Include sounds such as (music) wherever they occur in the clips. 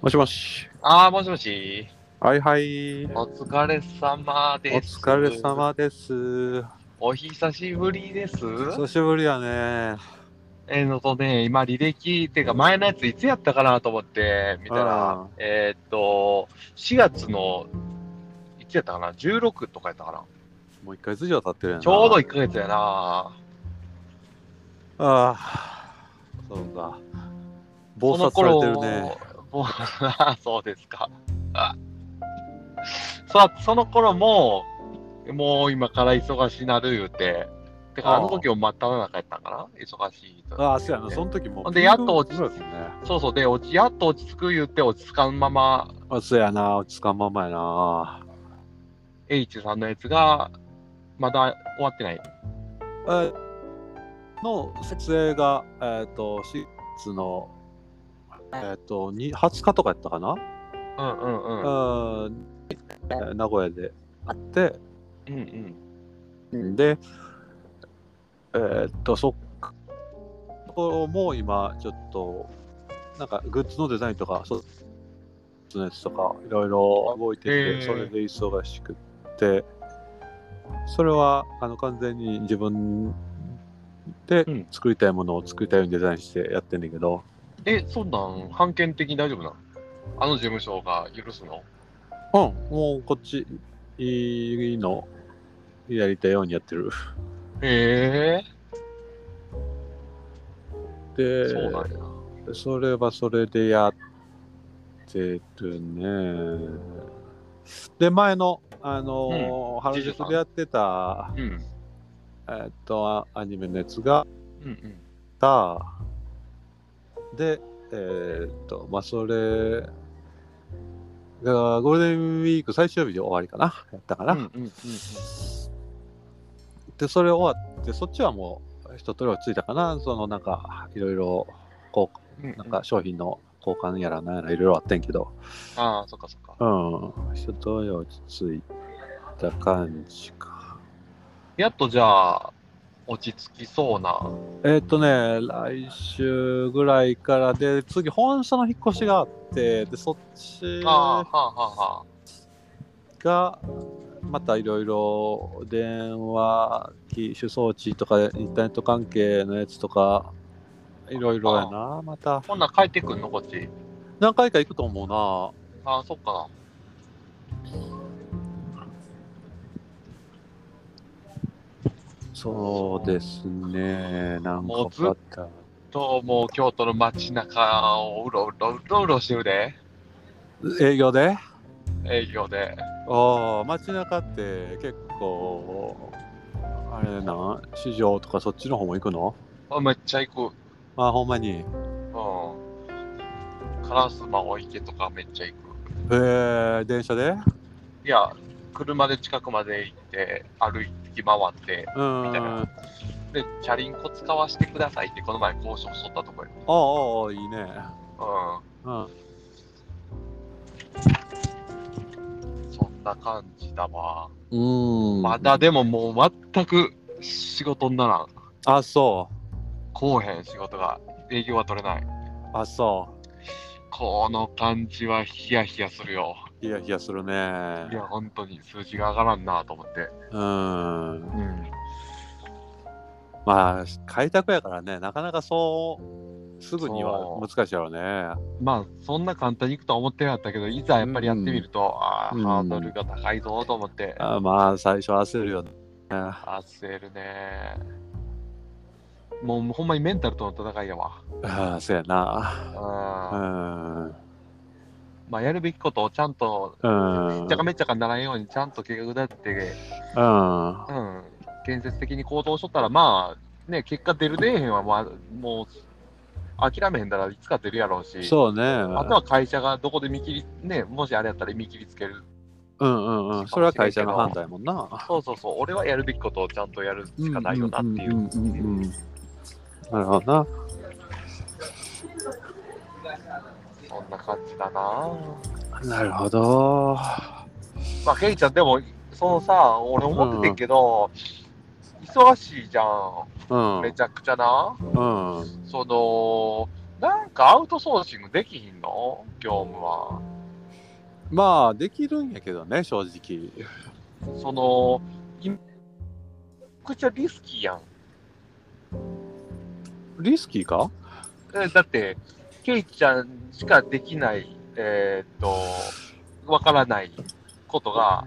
もしもし。ああ、もしもし。はいはい。お疲れ様おです。疲れ。様です。お久しぶりです。久しぶりやね。えーのとね、今履歴っていうか前のやついつやったかなと思って見たあらー、えーっと、4月の、いつやったかな ?16 とかやったかなもう1ヶ月以上経ってるやな。ちょうど1ヶ月やな。ああ。そうだ。暴その殺され頃てるね。もう (laughs) そうですか。 (laughs) あそその頃も、もう今から忙しいなる言うて、てかあああの時も真っ只中やったんかな忙しいとああ、そうやな。その時もほう。んでやっと落ちそうやもんね。そうそう、で、落ちやっと落ち着く言って落ち着かんまま、あ、そうやな。落ち着かんままやな。 H さんのやつが、まだ終わってない。えの撮影が、えっ、と、4月の、えっ、と、に20日とかやったかな、うんうんうん。うんうん、えー名古屋であって、うん。で、えーっと、そっか、ところも今、ちょっと、なんかグッズのデザインとか、そう、グッズのやつとか、いろいろ動いてて、へーそれで忙しくって、それは、あの、完全に自分でうん作りたいものを作りたいようにデザインしてやってんだけど、え、そんなん、判権的に大丈夫なんあの事務所が許すのうん、もうこっち、いいの、やりたいようにやってる。へえで、そうなんや。それはそれでやってるね。で、前の、あのー原ジジさ宿んでやってた、うん。えーっと、あアニメのやつが、うんうん。たで、えーっと、まあ、それが、ゴールデンウィーク最終日で終わりかな、やったかな。うんうんうんうんで、それ終わって、そっちはもう、一通り落ち着いたかな、その、なんか、いろいろ、こう、うんうんなんか商品の交換やらなんやらいろいろあってんけど、ああ、そっかそっか。うん、一通り落ち着いた感じか。やっとじゃあ、落ち着きそうな。えーっ、とね、来週ぐらいからで、次、本社の引っ越しがあって、で、そっちああ、はあはあはあ。が、またいろいろ電話機、主装置とか、インターネット関係のやつとか、いろいろやな、また。こんなん帰ってくんのこっち。何回か行くと思うな。ああ、そっか。そうですね、なんかもうずまた。どうも京都の街中をうろうろうろうろしてるで、営業で営業で。ああ、街中って結構、あれな、市場とかそっちの方も行くのあめっちゃ行く。あ、ほんまに。へうん。カラスマ大池とかめっちゃ行く。え電車でいや、車で近くまで行って、歩き回って、うーみん。たいあなで、チャリンコ使わせてくださいって、この前交渉しとったとこよ。あああ、いいね。ううん。ん。そんな感じだわ。うーん。まだでももう全く仕事にならん。あ、そこうへん仕事が。営業は取れない。う。あ、そこの感じはヒヤヒヤするよ。う。ヒヤヒヤするね。いや、本当に数字が上がらんなと思って。うーん。うん。まあ、開拓やからね、なかなかそう、すぐにはそう難しいやろうね。まあ、そんな簡単にいくとは思ってなかったけど、いざやっぱりやってみると、ああ、うんハードルが高いぞと思って、あまあ、最初焦るよね。焦るね。もうほんまにメンタルとの戦いやわ。ああ、そうやな。ううん。ーん。うまあ、やるべきことをちゃんと、ーめん。っちゃかめっちゃかならんように、ちゃんと計画立ってて、うん。うん、建設的に行動しとったら、まあ、ね、結果出る出えへんは、まあ、もう、諦めへんだらいつか出るやろうし。そうね。あとは会社がどこで見切り、ね、もしあれやったら見切りつける。うんうんうん。それは会社の判断やもんな。そうそうそう、俺はやるべきことをちゃんとやるしかないよなっていんう。んんうんなるほどな。そんな感じだな。なるほど。まあ、ケイちゃん、でも、そのさ、俺思っててんけど、忙しいじゃん、うん。めちゃくちゃな。うん。その、なんかアウトソーシングできひんの業務は。まあ、できるんやけどね、正直。その、いめちゃくちゃリスキーやん。リスキーかえだって、ケイちゃんしかできない、えーっと、わからないことが、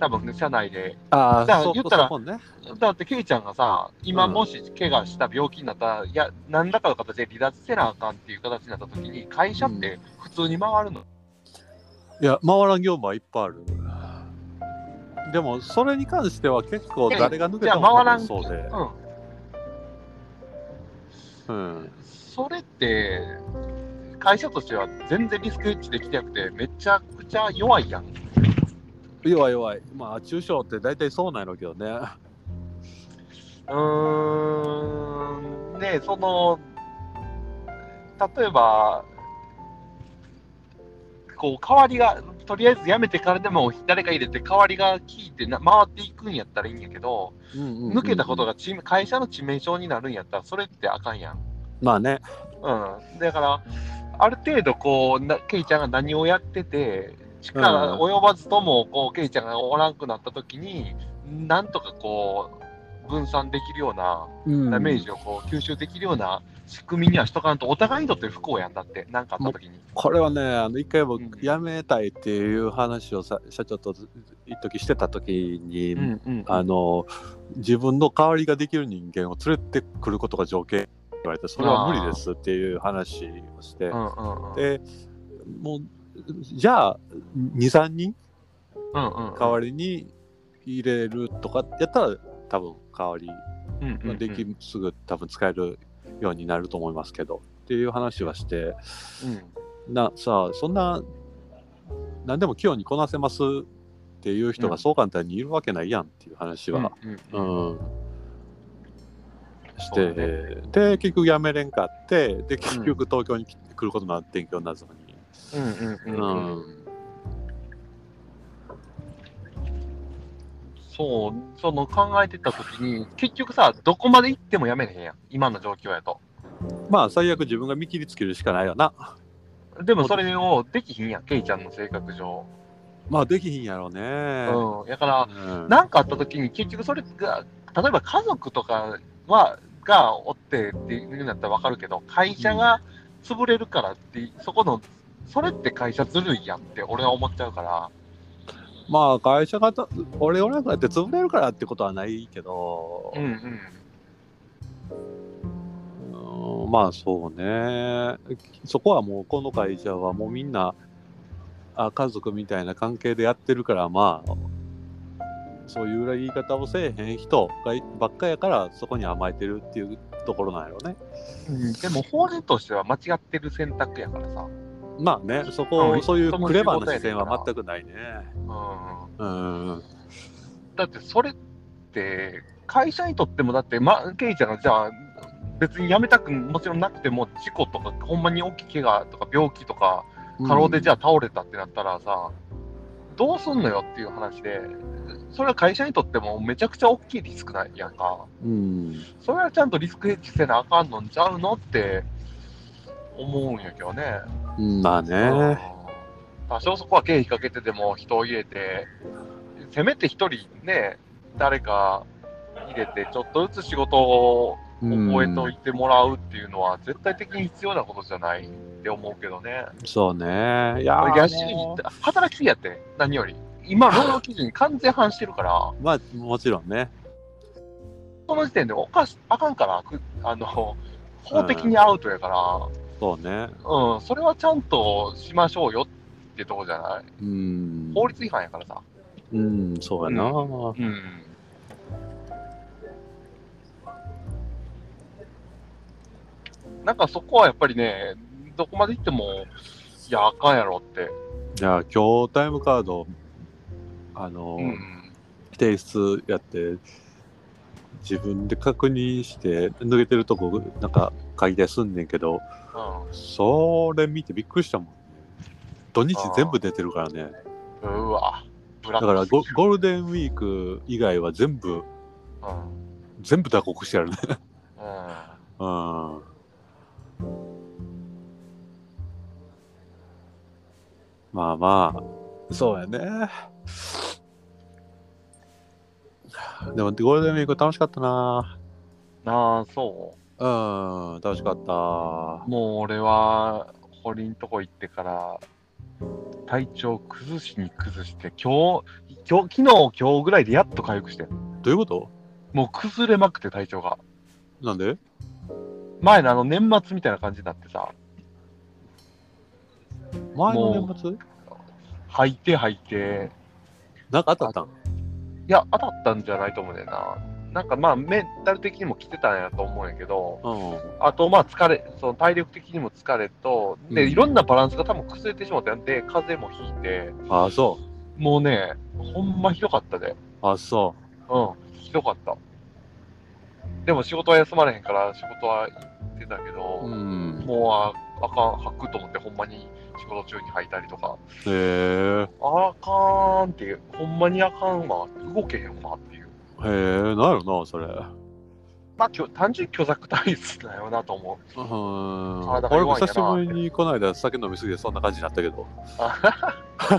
多分ね、社内で。あじゃああ、そう言ったらそこね。だって、ケイちゃんがさ、今うんもし怪我した病気になったら、いや、何らかの形で離脱せなあかんっていう形になった時に、会社って普通に回るの。いや、回らん業務はいっぱいある。でも、それに関しては結構誰が抜けじゃてあも回ら多ん分そうで。ううん。ん。それって、会社としては全然リスクヘッジできてなくて、めちゃくちゃ弱いやん。弱い弱い。まあ、中小って大体そうなんやろうけどね。うーん、ねその、例えば、こう、代わりが、とりあえず辞めてからでも誰か入れて、代わりが効いてな回っていくんやったらいいんやけど、抜けたことが。がち会社の致命傷になるんやったら、それってあかんやん。まあね。うん、だから、ある程度こうな、ケイちゃんが何をやってて、力及ばずともこう、ケイちゃんがおらんくなった時に、なんとかこう、分散できるような、ダダメージをこう吸収できるような仕組みにはしとかんと、お互いにとって不幸やんだって、なんかあった時に。これはね、あの一回もうん辞めたいっていう話をさ社長と一時してた時に、うんうんあの自分の代わりができる人間を連れてくることが条件って言われて、それは無理ですっていう話をしてう、んうんうんでもうじゃあ23人うんうん代わりに入れるとかやったら多分代わりうんうんまうあんできすぐ多分使えるようになると思いますけどっていう話はしてうんなさあそんな何でも器用にこなせますっていう人うんがそう簡単にいるわけないやんっていう話は、ううんうんんして、そうだねで結局やめれんかってで結局東京に来来ることになってんけど謎に。うんううんうんんそう、その考えてた時に、結局さ、どこまで行ってもやめれへんやん、今の状況やと。まあ最悪自分が見切りつけるしかないよな。でもそれをできひんやん、ケイちゃんの性格上。まあできひんやろうね。うん。だから、うんなんかあった時に結局それが、例えば家族とかは、がおってっていうんだったらわかるけど、会社が潰れるからって、そこの、それって会社ずるいやんって俺は思っちゃうから、まあ会社がた俺俺なんかやって潰れるからってことはないけど、うんうん。うんまあそうねそこはもうこの会社はもうみんなあ家族みたいな関係でやってるからまあそういう裏切り方をせえへん人がいばっかやからそこに甘えてるっていうところなんやろねでも法人としては間違ってる選択やからさ。まあねそうんこ人そういうのクレバー仕事なや視ねん線からは全くないねうん。うんだってそれって、会社にとってもだって、ま、ケイちゃんがじゃあ、別に辞めたくもちろんなくても、事故とか、ほんまに大きい怪我とか病気とか、過労でじゃあ倒れたってなったらさ、どうすんのよっていう話で、それは会社にとってもめちゃくちゃ大きいリスクなんやんか。うんそれはちゃんとリスクヘッジせなあかんのんちゃうのって思うんやけどね。うんまあね多少そこは経費かけてでも人を入れて、せめて一人ね、誰か入れて、ちょっとずつ仕事を覚えておいてもらうっていうのは、絶対的に必要なことじゃないって思うけどね。そうねいやーやしもう、働きすぎやって、何より。今、労働基準に完全反してるから、まあもちろんねその時点でおかしあかんから、くあの法的にアウトやから、そうねうん、それはちゃんとしましょうよってとこじゃない。うん法律違反やからさ。うんそうやな、うん。なんかそこはやっぱりね、どこまで行っても、いや、あかんやろって。じゃあ今日タイムカードあの、うん。提出やって自分で確認して抜けてるとこなんか書いてすんねんけどそれ見てびっくりしたもん土日全部出てるからねうん、うわ、ブラだックからゴゴールデンウィーク以外は全部うん。全部打刻してあるねうんうんまあまあ、そうやね。でも、ゴールデンウィーク楽しかったな。なあ、そうん、楽しかった。う。もう俺は、堀んとこ行ってから、体調崩しに崩して、今日、今日、昨日、今日ぐらいでやっと回復して。どういうこともう崩れまくって体調が。なんで前のあの年末みたいな感じになってさ、前のもう年末吐いて吐いて、なんかあったんいや、当たったんじゃないと思うねんな。なんかまあ、メンタル的にも来てたんやと思うんやけど、うん。あとまあ疲れ、その体力的にも疲れと、で、うんいろんなバランスが多分崩れてしまったんで、風邪もひいて、ああ、そう。もうね、ほんまひどかったで。ああ、そうん、ひどかった。でも仕事は休まれへんから、仕事は行ってたけう。ど、ん。もうああかん、吐くと思ってほんまに仕事中に吐いたりとか、へえ。あかーんっていう、ほんまにあかんわ、動けへんわっていう。へえ、なんやろな、それ。うまあ、きょ単純に虚弱体質だよなと思う。ん。体が弱いんやな俺も久しぶりにこの間酒飲みすぎてそんな感じになったけど。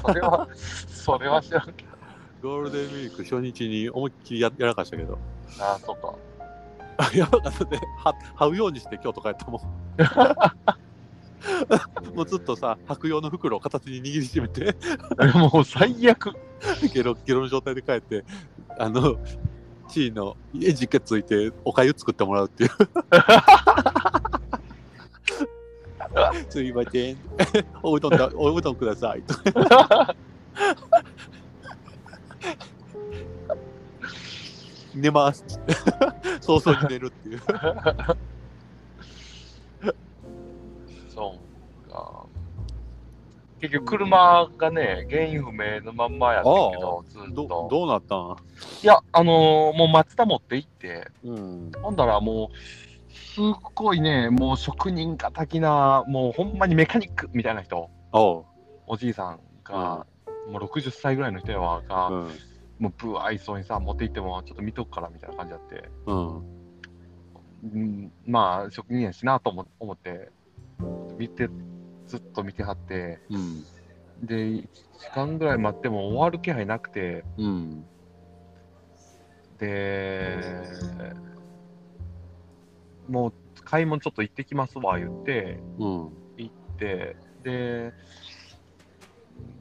それ (laughs) は、それは知らんけゴールデンウィーク初日に思いっきりややらかしたけど。 (laughs) どな、そっか。やばかったね。は這うようにして京都帰ったもん。もうずっとさ、白用の袋を片手に握りしめて、もう最悪。ゲロッゲロの状態で帰って、あの、地位の家実家ついて、おかゆ作ってもらうっていう。すいません。おうどんだ、おうどんください。寝ます。早々に寝るっていう。そうか。結局、車がね、原因不明のまんまやったけど、ずっどと。どうなったんいや、あのーもう松田持って行って、うん。ほんだらもう、すっごいね、もう職人が的な、もうほんまにメカニックみたいな人、おう。おじいさんが、もう60歳ぐらいの人やわが、うん。もうぶわいそうにさ、持って行っても、ちょっと見とくからみたいな感じやって、うん。うん、まあ、職人やしなと思思って、見て、ずっと見てはって、うん。で、1時間ぐらい待っても終わる気配なくて、うん。で、もう、買い物ちょっと行ってきますわ、言って、うん。行って、で、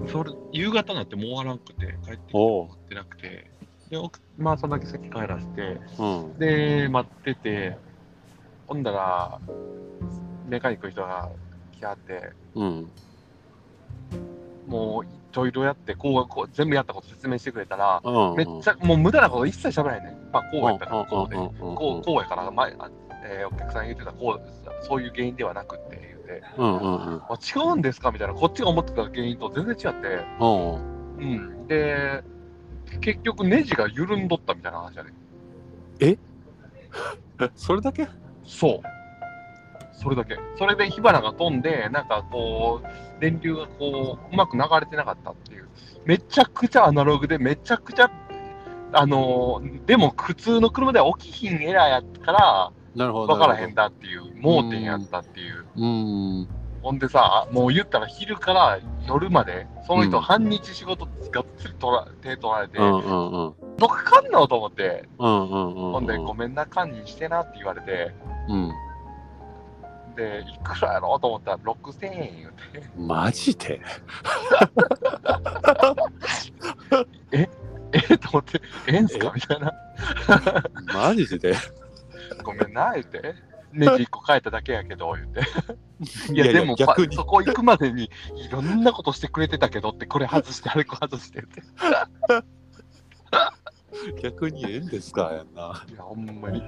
それ夕方になってもう終わらんくて、帰ってきておう。ってなくて、で、奥まあ、そんだけ先帰らせて、うん。で、待ってて、ほんだら、メカニックの人が来はって、うん。もういろいろやって、こうこう全部やったこと説明してくれたら、うん。めっちゃ、もう無駄なこと一切喋らへんねん。まあ、こうやったから、こうで、うんうんうんうんこう、こうやから、前、あえーお客さん言ってた、こう、そういう原因ではなくって言って、うんうんうん。あ違うんですかみたいな、こっちが思ってた原因と全然違って、おううん。で、結局ネジが緩んどったみたいな話やねんえ、それだけそう。それだけ。それで火花が飛んで、なんかこう、電流がこう、うまく流れてなかったっていう。めちゃくちゃアナログで、めちゃくちゃ、あのーでも普通の車では起きひんエラーやったから、なるほど。分からへんなるだっていう、盲点やったっていう。ほど。うん。ほんでさ、もう言ったら昼から夜まで、その人うん半日仕事がっつり取ら手取られて、うどんうんうん。っかかんのと思って、うんうんうん。ほんでごめんな、管理してなって言われて、うん。で、いくらやろうと思ったら6000円言うて。 (laughs) マジでえと思って、ええんすかみたいな。マジでごめんな、言って。ネジ1個変えただけやけど、言って。いや、 (laughs) いやいやでも逆にそこ行くまでにいろんなことしてくれてたけどって、これ外して、あれこ外してって。逆にええんですかやんな。いや、ほんまに。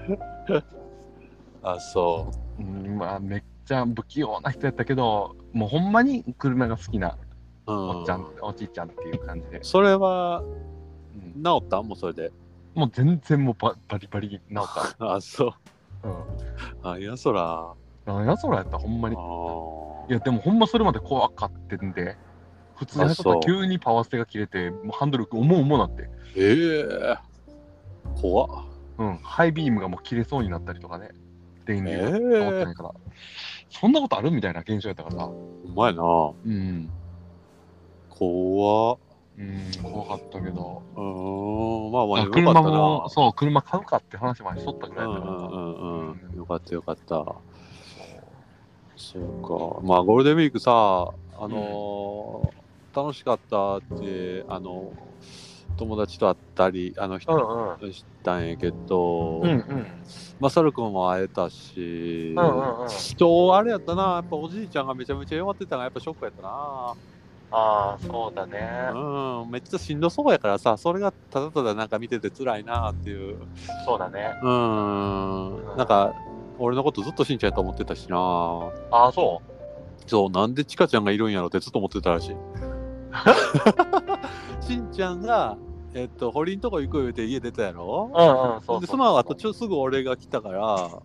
あ、そうん、まあ、めっちゃ不器用な人やったけど、もうほんまに車が好きなう。うおっちゃん、。おじいちゃんっていう感じで。それはうん治ったもうそれで。もう全然もうババリバリに治っあ、そう。た。うん。あ、いや、そら。あなんやそらやった、ほんまに。ーいや、でもほんまそれまで怖かってんで、普通に走ったあそらう急にパワーステが切れて、もうハンドル重々なって、ええ。怖っ。うん、ハイビームがもう切れそうになったりとかね、電流えがえ通ってないから、そんなことあるみたいな現象やったからさ、お前な。うん。怖っうん、怖かったけど。うーんまあまああよかった車なも、そう、車買うかって話までしとったぐうらいんだうから。んうんううんんよかったよかったそうかまあゴールデンウィークさあのー楽しかったってあの友達と会ったりあの人うんしたんやけど、うん。うんうん。まさるくんも会えたし、うんうんう今ん。日あれやったなやっぱおじいちゃんがめちゃめちゃ弱ってたのがやっぱショックやったなああ、そうだね。うんめっちゃしんどそうやからさそれがただただなんか見てて辛いなっていうそうだね。うんなんか俺のことずっとしんちゃんやと思ってたしなああ、そそうなんでちかちゃんがいるんやろってずっと思ってたら (laughs) しいしんちゃんがえっと堀んとこ行く言うて家出たやろう。うんうん、そうでう。その後ちょすぐ俺が来たからあ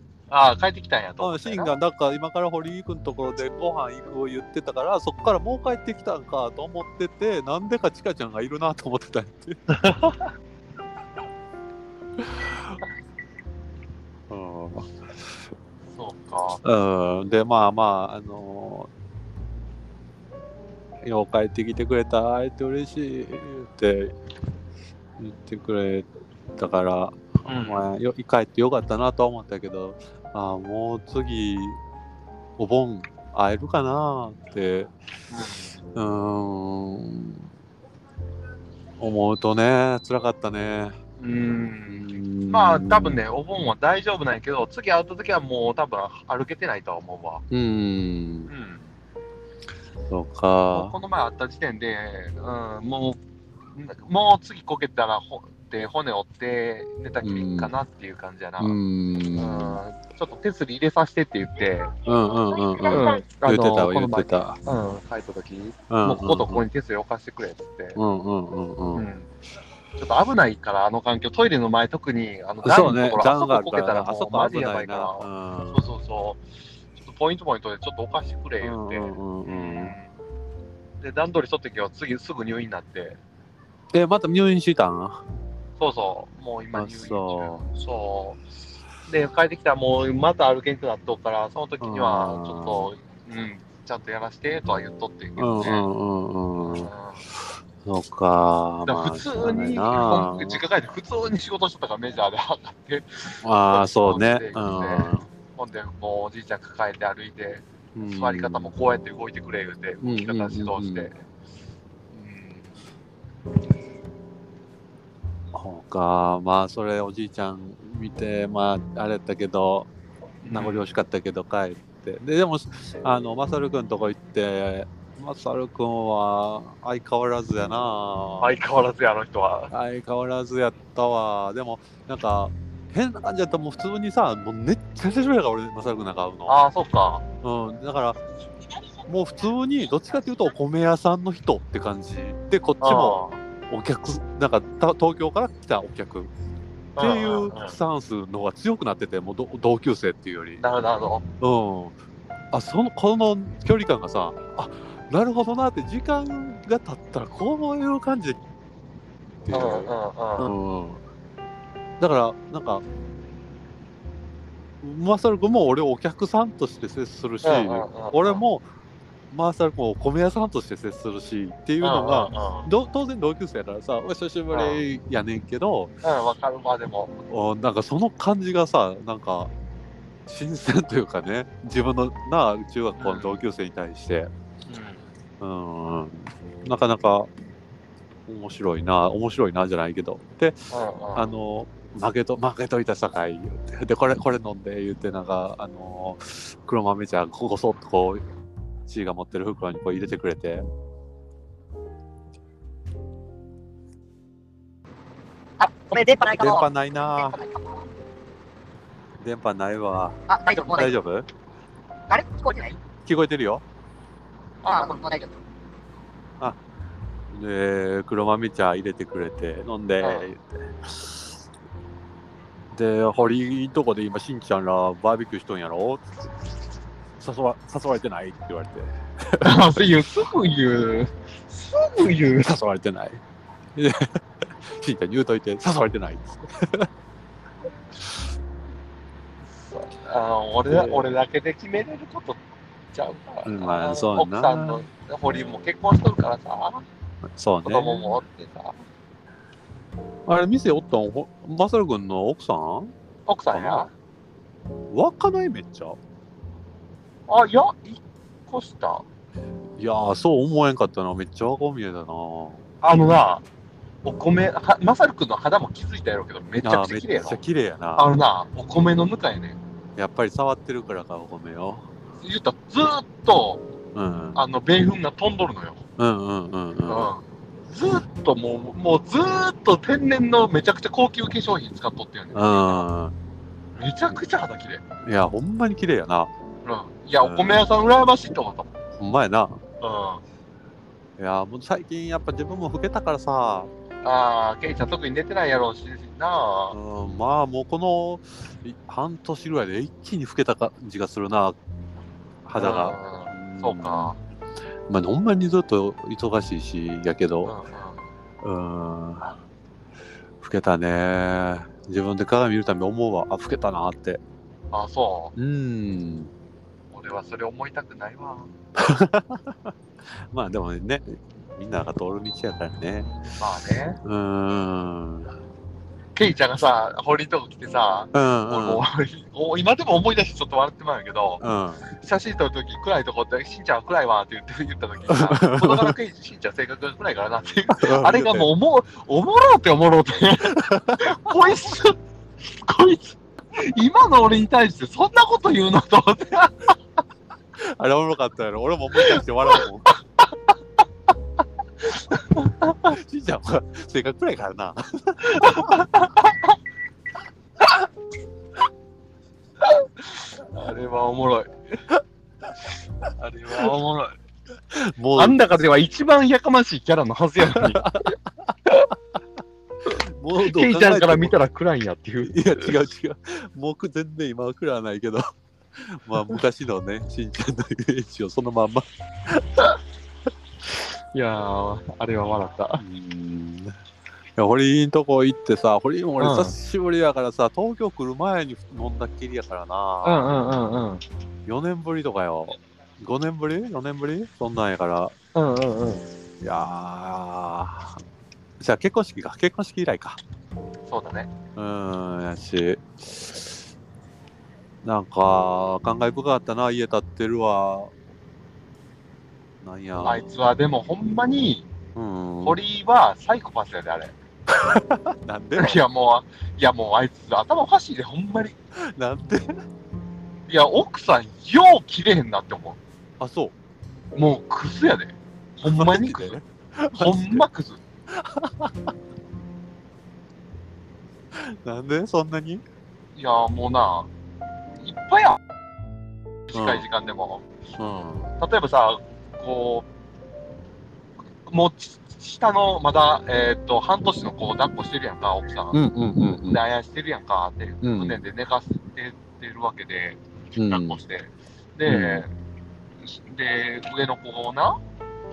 あ、帰ってきたんやと思あったシよンな。がなんか今から堀井君のところでご飯行くを言ってたからそこからもう帰ってきたんかと思っててなんでかチカちゃんがいるなと思ってたんや (laughs) って。そうか。うん、でまあまああのーよう帰ってきてくれた会えて嬉しい」って言ってくれたから、うん。まあ、よ帰ってよかったなとは思ったけどあーもう次お盆会えるかなってうーん思うとね辛かったねうん。うんままあ、多分ね、お盆は大丈夫なんやけど、次会った時はもう多分歩けてないとは思うわ。うんうん。そうもうかこの前会った時点で、うん、もう、もう次こけたらほって骨折って寝たきりかなっていう感じやな。ううんんちょっと手すり入れさせてって言って、うんうんうんうんうんあの言ってたわこ言のって前たうん、帰った時に、うんもうこことここに手すり置かしてくれって言って、うんうんうんうんううんんちょっと危ないから、あの環境、トイレの前、特にあのそうのねところ、段あがあるそここかけたららあもそうこマ危ジやばないいから、なうんそうそうそう、ちょっとポイントポイントでちょっとおかしてくれう言んっうて、んうんうんで段取り取ってきは次、すぐ入院になって、えまた入院したんそうそう、もう今、あ入院中、そそうで、帰ってきたら、もうまた歩けんくなっとうから、その時にはうんちょっと、うん、ちゃんとやらしてとは言っとってんけうどんうね。んうんうんうんそうかだかまらあ普しゃあ通ないに、な本実家帰って普通に仕事してたからメジャーで上がって、ああそうねうほんでもうおじいちゃん抱えて歩いて、んうん座り方もこうやって動いてくれ言うて、動き方指導して、うんうんうんそうかまあそれおじいちゃん見てまああれだけど名残惜しかったけど帰ってででもあのマサルくんとこ行ってマサルくんは相変わらずやな、相変わらずやあの人は。相変わらずやったわでもなんか変な感じやったもう普通にさもうめっちゃ久しぶりやから俺マサルくんなんか会うああ、そっか。のうんだからもう普通にどっちかっていうとお米屋さんの人って感じでこっちもあお客なんかた東京から来たお客ってーいんんうんスタンスの方が強くなってて、もうど同級生っていうより。うん。なるほどなるほあ、その、この距離感がさ、あ、なるほどなって、時間が経ったらこういう感じで。っていど。うう。んうんうん。うん。だから、なんか、マサル君も俺をお客さんとして接するし、うんうんうんうん俺もマサル君をお米屋さんとして接するしっていうのが、うど当然同級生やからさ、お久しぶりやねんけど、んうん、わかるわ、でも。おなんかその感じがさなんか新鮮というかね自分のな中学校の同級生に対して、うん、なかなか面白いな面白いなじゃないけどでああの負けと負けといたさかい言うてでこれこれ飲んで言ってなんかあの黒豆茶ここそっとこうチーが持ってる袋にこう入れてくれてあ、ごめん、電波ないか電波も。ないな電波ないわあ、大丈夫、もう大大丈丈夫夫。あれ聞こえてない聞こえてるよあ、もうもう大丈夫。で黒豆茶入れてくれて飲んで、うん言ってで堀んとこで今しんちゃんらバーベキューしとんやろつって誘わ誘われてないって言われてあ、そう言う、すぐ言う。すぐ言う。誘われてないで (laughs) しんちゃんに言うといて誘われてないっつってあ俺だ俺だけで決めれることちゃうからなまあそうやな奥さんの堀も結婚しとるからさ、そう子ね。供もおってさ、あれ、店おったん、ほマサル君の奥さん奥さんや。若ないめっちゃ。あ、いや、一個下。いやー、そう思えんかったな。めっちゃ若見えだな。あのな、お米、はまさるくんの肌も気づいたやろうけど、めちゃあくーちめゃっ綺麗やろちゃ。綺麗やあな。のな、お米のぬかやねん。やっぱり触ってるからか、お米よ。言ったらずーっと、うん。あの、米粉が飛んどるのよ。うんうんうんうん。うん。ずーっともう、もうずーっと天然のめちゃくちゃ高級化粧品使っとってよね。うめちゃくちゃ肌綺麗。ん。いや、ほんまに綺麗やな。うん。いや、お米屋さん羨ましいと思ったもん。ほんまやな。うん。いやー、もう最近やっぱ自分も老けたからさ、ああ、ケイちゃん特に寝てないやろうしなうん、まあもうこのい半年ぐらいで一気に老けた感じがするな、肌が。が。うんそうか。うん。まあ、ほんまにずっと忙しいし、やけうんうど、ん。うん、老けたね。自分で鏡見るたび思うわ、あ、老けたなって。あそう。うん。俺はそれ思いたくないわ。まあでもね、みんなが通る道やからね。まあね。うん。うん。ケイちゃんがさ、堀のとこ来てさ、うん俺もう今でも思い出してちょっと笑ってまうんやけど、うん。写真撮るとき暗いとこって、しんちゃんは暗いわって言って言ったときにさ、子供のケイしんちゃん性格が暗いからなっていう。あれがもうおも、おもろっておもろ (laughs) って。こいつ、こいつ、今の俺に対してそんなこと言うのと思って。あれおもろかったやろ。俺も思い出して笑 (laughs) うもん。しんちゃんは性格くらいからな。あれはおもろい。あれはおもろい。もう (laughs) あん中では一番やかましいキャラのはずやの (laughs) に、もうどう考えてもケイちゃんから (laughs) 見たら暗いんやっていう。いや、違う違う。もう全然今はくらはないけ (laughs) ど。まあ昔のね、しんちゃんのイメージをそのまんま。いやー、あれは笑った。うん。いや、堀井んとこ行ってさ、堀井も俺うん久しぶりやからさ、東京来る前に飲んだっきりやからうな。んうんうんうん。 4年ぶりとかよ。5年ぶり ?4 年ぶりそんなんやから。うんうんういん。やーじゃあ結婚式か結婚式以来かそうだね。うーんやしなんか感慨深かったな家建ってるわなんやあいつはでもほんまに、うん堀井はサイコパスやで、あれ。なんで (laughs) いやもう、いやもうあいつ頭おかしいで、ほんまに。なんでいや、奥さん、よう切れへんなって思あそうう。もう、クズやで。ほんまにクズ。ほんまクズ。なんでそんなにいや、もうな、いっぱいやん。短い時間でも。うん例えばさ、こう、もうち、下の、まだ、えーっと、半年の子を抱っこしてるやんか、奥さん。うんうんうんで、あやしてるやんか、って、うん船で寝かせてるわけで、うん抱っこして。で、で、上の子をな、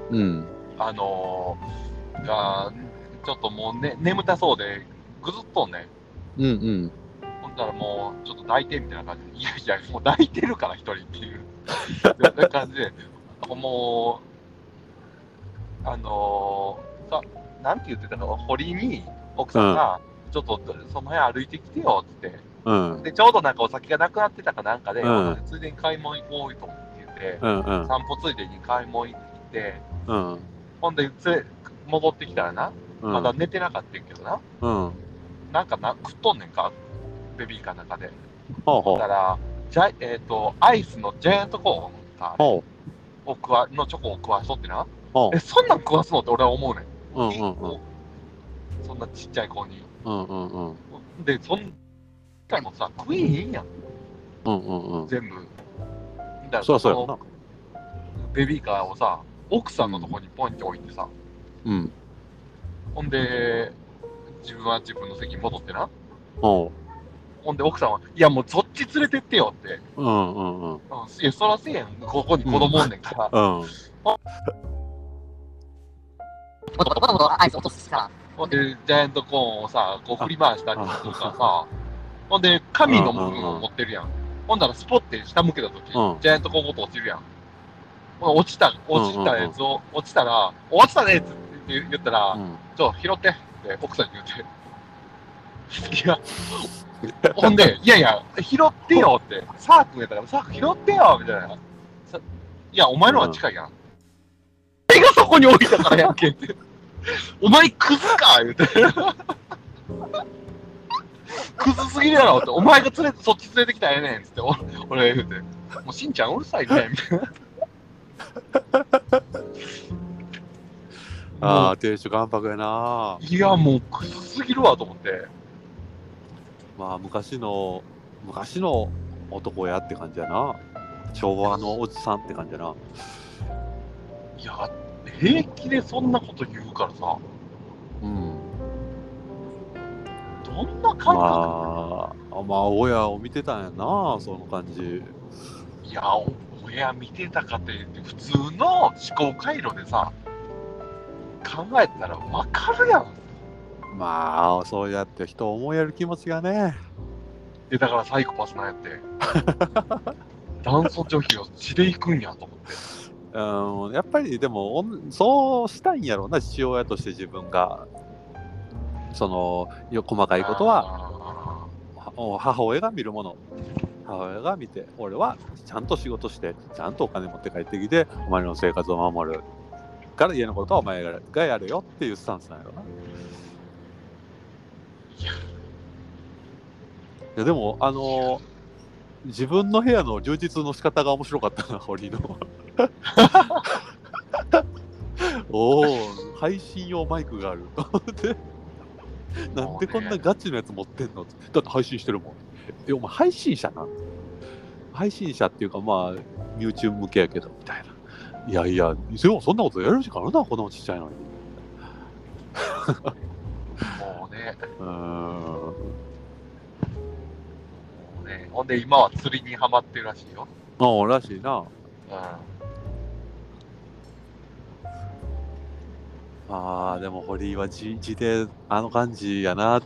うんあのーが、ちょっともう、ね、眠たそうで、ぐずっとんねうんうんん。ほんならもう、ちょっと抱いてみたいな感じで、いやいや、もう抱いてるから、一人っていう。そんな感じで、もう、あのーさ、なんて言ってたの、堀に奥さんが、ちょっとその辺歩いてきてよってって、うんで、ちょうどなんかお酒がなくなってたかなんかで、うんついでに買い物行こうと思って言って、うんうん散歩ついでに買い物行って、うんほんで、つれ戻ってきたらな、うんまだ寝てなかったんやけどな。うんほなんかな、食っとんねんか、ベビーカーの中で。うほだから、ジャイえっ、と、アイスのジャイアントコーンかう、ほを食わ、のチョコを食わしとってな。うほえ、そんなん食わすのって俺は思うねん。ううんうんうんそんなちっちゃい子に。うんうんうんで、そんなもさ、食いへんやん、うんうんうん全部。だからそらそうやろそのなベビーカーをさ、奥さんのとこにポンって置いてさ、うんほんで、自分は自分の席に戻ってな。ほほんで、奥さんは、いや、もうそっち連れてってよって。ううんうんうんうん、いや、そらせえやん。ここに子供おんねんから。うんもともともともとアイス落とすから。ほんで、ジャイアントコーンをさ、こう振り回したりとかさ、ほんで、紙の部分を持ってるやん。ほんなら、スポって下向けたとき、ジうんャイアントコーンごと落ちるやん。ほんで落ちた、落ちたやつを、落ちたら、落ちたねっつって言う言ったら、うんちょ、拾ってって奥さんに言うて。いや、ほんで、いやいや、拾ってよって、サークやったから、サーク拾ってよみたいな。さいや、お前のは近いやん。手がそこに置いたからやんけって。 (laughs) お前、クズか言うて。クズすぎるやろって、お前が連れて、そっち連れてきたらええねんっつって、お俺が言うて。もう、しんちゃんうるさいね、みたいな。 (laughs) ああ、亭主関白やな。いや、もう、クズすぎるわと思って。まあ、昔の、昔の男やって感じやな。昭和のおじさんって感じやな。いや、平気でそんなこと言うからさ、うん。どんな感覚、まあ、まあ、親を見てたんやな、その感じ。いや、お親見てたかって言って、普通の思考回路でさ、考えたらわかるやん。まあ、そうやって人を思いやる気持ちがね。で、だからサイコパスなんや (laughs) って。男尊女卑を血でいくんやと思って。うん、やっぱりでもおんそうしたいんやろうな父親として自分がそのよ細かいことはは。はお母親が見るもの母親が見て俺はちゃんと仕事してちゃんとお金持って帰ってきてお前の生活を守るから家のことはお前がやるよっていうスタンスなんやろな。いやでもあの自分の部屋の充実の仕方が面白かったな (laughs) 堀の。おお配信用マイクがあると思ってなんでこんなガチのやつ持ってんのだって配信してるもんえお前配信者なん配信者っていうかまあ YouTube 向けやけどみたいないやいやでもそんなことやる時間あるな子供ちっちゃいのにもうね、うーんもうね。ほんで、今は釣りにはまってるらしいよ。ああらしいなうああでも堀井は地地であの感じやな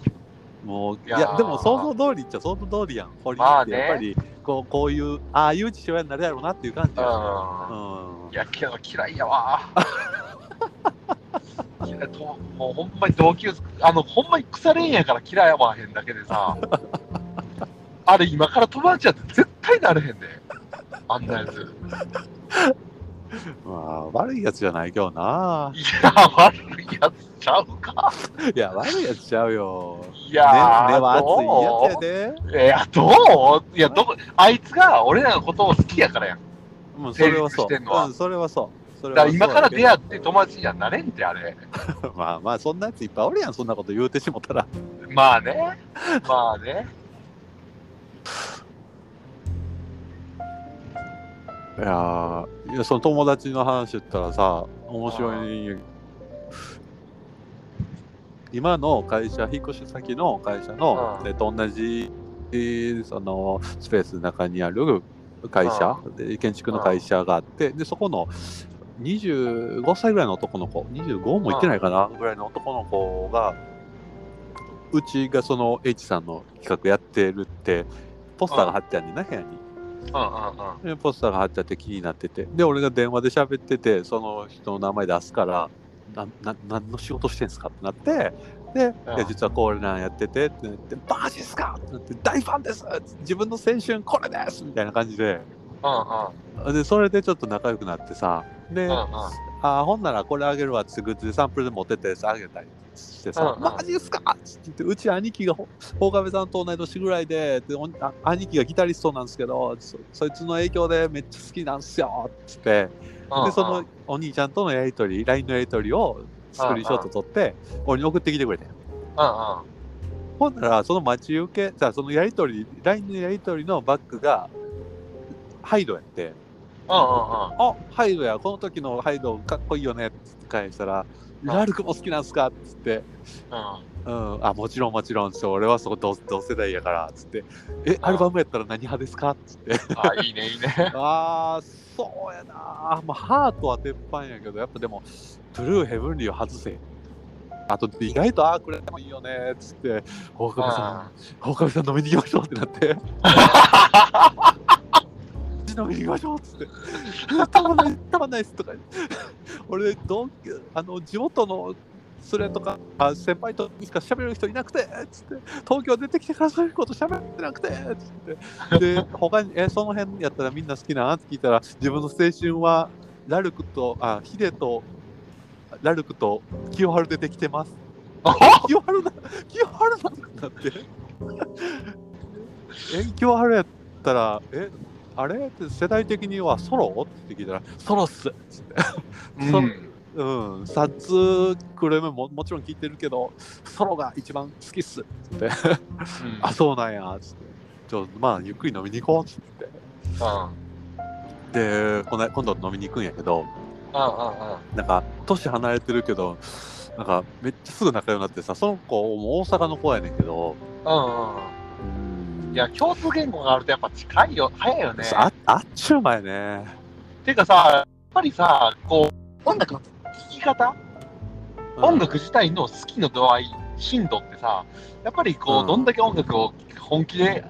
もういいややーでも想像通りっちゃ想像通りやん堀井まっあてねやっぱりこうこういうああいう父親になるやろうなっていう感じやん。うん。うんいや、けど嫌いやわ。いやともうほんまに同級生、あの、ほんまに腐れんやから嫌いやわへんだけでさ。あれ、今から友達やって絶対なれへんで。あんなやつ。まあ悪いやつじゃないけど (laughs) ないや、悪いやつちゃうか。いや悪いやつちゃうよいね、や根ー、は熱いやつやで。どういや、どういや、どこ、あいつが俺らのことを好きやからやん。うん、それは成立そしう。てんのはうん、それはそう。それだはかそらう今から出会って友達にはなれんって、あれ。 (laughs) まあまあ、そんなやついっぱいおるやん、そんなこと言うてしもたら。まあね。まあね。いやーいや、その友達の話言ったらさ、面白いんや今の会社、引っ越し先の会社の、うんえっと同じ、えーそのスペースの中にある会社、で建築の会社があって、で、そこの25歳ぐらいの男の子、25もいってないかな、ぐらいの男の子が、うちがその H さんの企画やってるって、ポスターが貼ってあるねんな、部屋に。うんうんうでん。ポスターが貼ってあって気になっててで俺が電話で喋っててその人の名前出すからなな何の仕事してんすかってなってで、うんいや実はこれなんやっててってなって「マジっすか!」ってなって「大ファンです自分の青春これです!」みたいな感じでうでそれでちょっと仲良くなってさで、んうん。うんうあん。あーほんならこれあげるわっつってグッズでサンプルで持ってってあげたりしてさ「うんうんマジっすか!」っつって言ってうち兄貴がほ大壁さんと同い年ぐらいででおあ兄貴がギタリストなんですけどそそいつの影響でめっちゃ好きなんすよっつってでそのお兄ちゃんとのやり取り LINE のやり取りをスクリーンショット撮って俺に送ってきてくれてうほんならその待ち受けじゃあそのやり取り LINE のやり取りのバックがハイドやって。んうんうんうんうん。あハイドや、この時のハイドかっこいいよねって返したら、ラルクも好きなんすかって言って、うん、あ、もちろんもちろん、そう俺はそこ同同世代やから、っつって、え、アルバムやったら何派ですかって言 (laughs) って、あ、いいね、いいね。あー、そうやなまあ、ハートは鉄板やけど、やっぱでも、トゥルーヘブンリーを外せ。あと、意外と、あー、これでもいいよねっつって、大久保さん、大久保さん飲みに行きましょうってなって。 (laughs) (laughs) 飲みに行きましょうっつって。たまんない、たまんないっすとか言って。俺ドンキあの地元の連れとかあ先輩としか喋る人いなくてつって東京出てきてからそういうこと喋ってなくてつってで他にえその辺やったらみんな好きなんって聞いたら自分の青春はラルクとあヒデとラルクと清春でできてます清春だ清春なんだってえ清春やったらえあれって世代的にはソロって聞いたらソロっすつってうんそうん、サッツクルメももちろん聞いてるけど、ソロが一番好きっす。うんあ、そうなんや、つって。ちょ、まあ、ゆっくり飲みに行こう、つって。うんで、この今度飲みに行くんやけど、うんうんなんか、年離れてるけど、なんか、めっちゃすぐ仲良くなってさ、その子も大阪の子やねんけど、うんうんうんいや、共通言語があるとやっぱ近いよ、早いよね。ああっちゅう前ね。ていうかさ、やっぱりさ、こ音楽のう、聞き方、うん音楽自体の好きの度合い、頻度ってさ、やっぱりこう、うんどんだけ音楽を本気で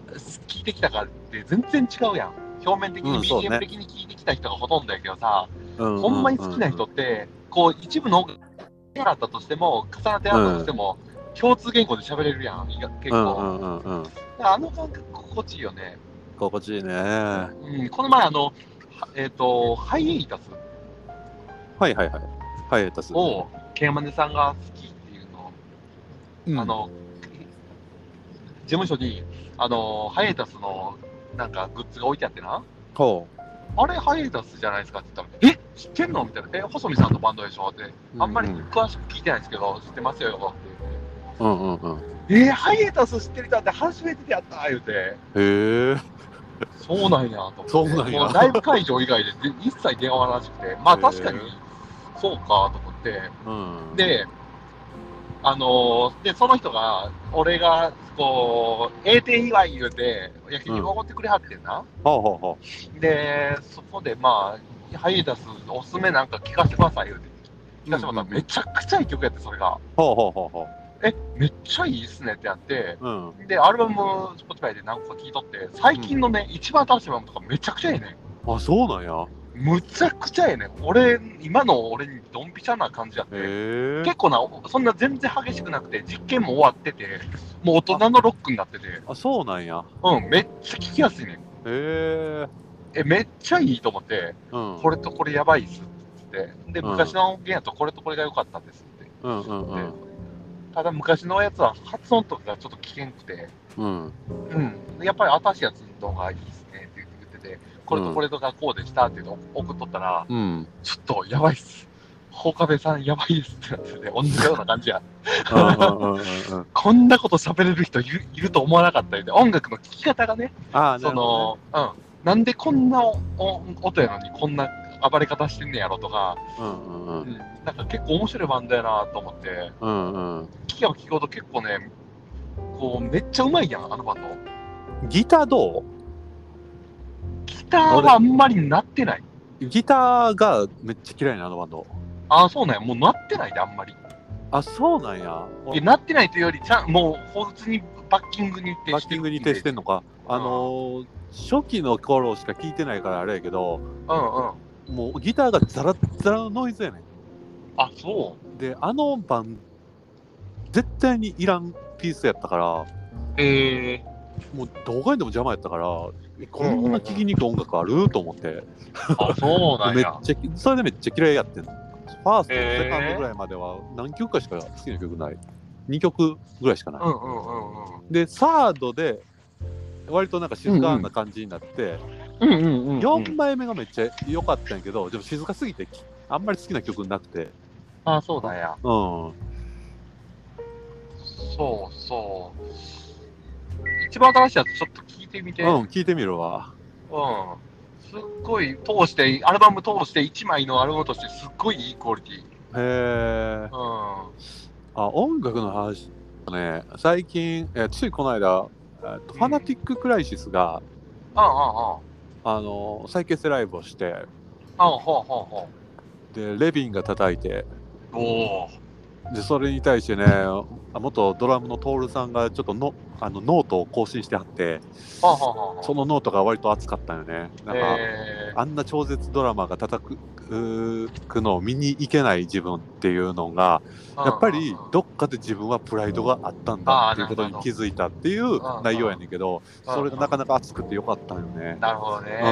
聴いてきたかって全然違うやん。表面的にうんそうね BGM 的に聴いてきた人がほとんどやけどさ、ううううほんまに好きな人って、こう、一部の音楽がだったとしても、重なってあったとしても、共通言語で喋れるやん、意外結う構。んうんうんうん。あの感覚心地いいよね。心地いいね。うん、この前、あの、はえっ、と、ハイエイタスはいはいはい。はい、エタス。を、ケイマネさんが好きっていうのを、うんあ、の、事務所に、あの、ハイエイタスの、なんか、グッズが置いてあってな、ほあれ、ハイエイタスじゃないですかって言ったら、え知ってんのみたいな、え、細見さんのバンドでしょって、う。あんまりうん詳しく聞いてないんですけど、知ってますよ、よって言って。うんうんうん。えー、ハイエイタス知ってる人だって初めてでやった言うて、へえ。そうなんやと思って。そうなんやもライブ会場以外でで一切電話らしくて、まあへー確かに、そうかと思って、うん。で、あのーで、その人が、俺が、こう、栄転祝い言うて、焼き肉おごってくれはってんな。ほうほうほで、そこで、まあ、ハイエイタスおすすめなんか聞かせてください言うて、聞かせてもらったら、めちゃくちゃいい曲やって、それが。う。ほうほうほうほえ、めっちゃいいっすねってやって、う。うん。で、アルバム、Spotify で何個か聴いとって、最近のね、一番新しいアルバムとかめちゃくちゃいいね。あ、そうなんや。むちゃくちゃええねん俺、今の俺にドンピシャな感じやって、へえ。結構な、そんな全然激しくなくて、実験も終わってて、もう大人のロックになってて、あ、そうなんや。うん、めっちゃ聞きやすいねん。へえ。え、めっちゃいいと思って、うん。これとこれやばいっすって言って、で、うん昔の音源やとこれとこれが良かったんですって。うんうんうん。ただ、昔のやつは発音とかがちょっと危険くて、うん。うん、やっぱり新しいやつの方がいいですねって言ってて、これとこれとがこうでしたっていうのを送っとったら、うん。ちょっとやばいっす。放課部さんやばいですってなってて、同じような感じや。うんうんうん (laughs) うん。こんなこと喋れる人いるいると思わなかったよね。音楽の聴き方がね、あー、なそるほの、うん。なんでこんなおお音やのにこんな暴れ方してんねやろとか、どね。うんうんう。うんん、なんか結構面白いバンドやなと思って、うんうん。聴けば聴くほど結構ね、こう、めっちゃうまいやん、あのバンド。ギターどギターはあんまりなってない。うギターがめっちゃ嫌いなあのバンド。ああ、そうなんや。もうなってないで、あんまり。あ、そうなんや。えなってないというより、ちゃんもう、普通にバッキングに徹バしッてキるングに徹してんのか。あのー、初期の頃しか聞いてないからあれやけど、うんうん。もうギターがザラッザラのノイズやねん。あ、そう。であのバン絶対にいらんピースやったからええもうどこにでも邪魔やったからえこんな聴きにくい音楽あると思って (laughs) あ、そうなんめっや。ちゃそれでめっちゃ嫌いやってんファースト、へーセカンドぐらいまでは何曲かしか好きな曲ない2曲ぐらいしかない、うんうんうんうん。でサードで割となんか静かな感じになって、うんうんうん、 4枚目がめっちゃ良かったんやけどでも静かすぎてきあんまり好きな曲なくてあ、そうなんや。うんそうそう。一番新しいやつちょっと聞いてみて。ううん。ん聞いてみるわすっごい通して、アルバム通して1枚のアルバムとしてすっごいいいクオリティ。へえうん。あ音楽の話ね最近、えーついこの間、えーとうんファナティック・クライシスが、ああ、ああ。あのー再結成ライブをしてああ、ほうほうほでレビンが叩いてう。おお。でそれに対してねあ元ドラムの徹さんがちょっとのあのノートを更新してあってああ、はあ、はあ。そのノートが割と熱かったよねなんか、えあんな超絶ドラマーが叩くくのを見に行けない自分っていうのが、やっぱりどっかで自分はプライドがあったんだっていうことに気づいたっていう内容やねんけど、それがなかなか熱くてよかったんよね。なるほどね。うん。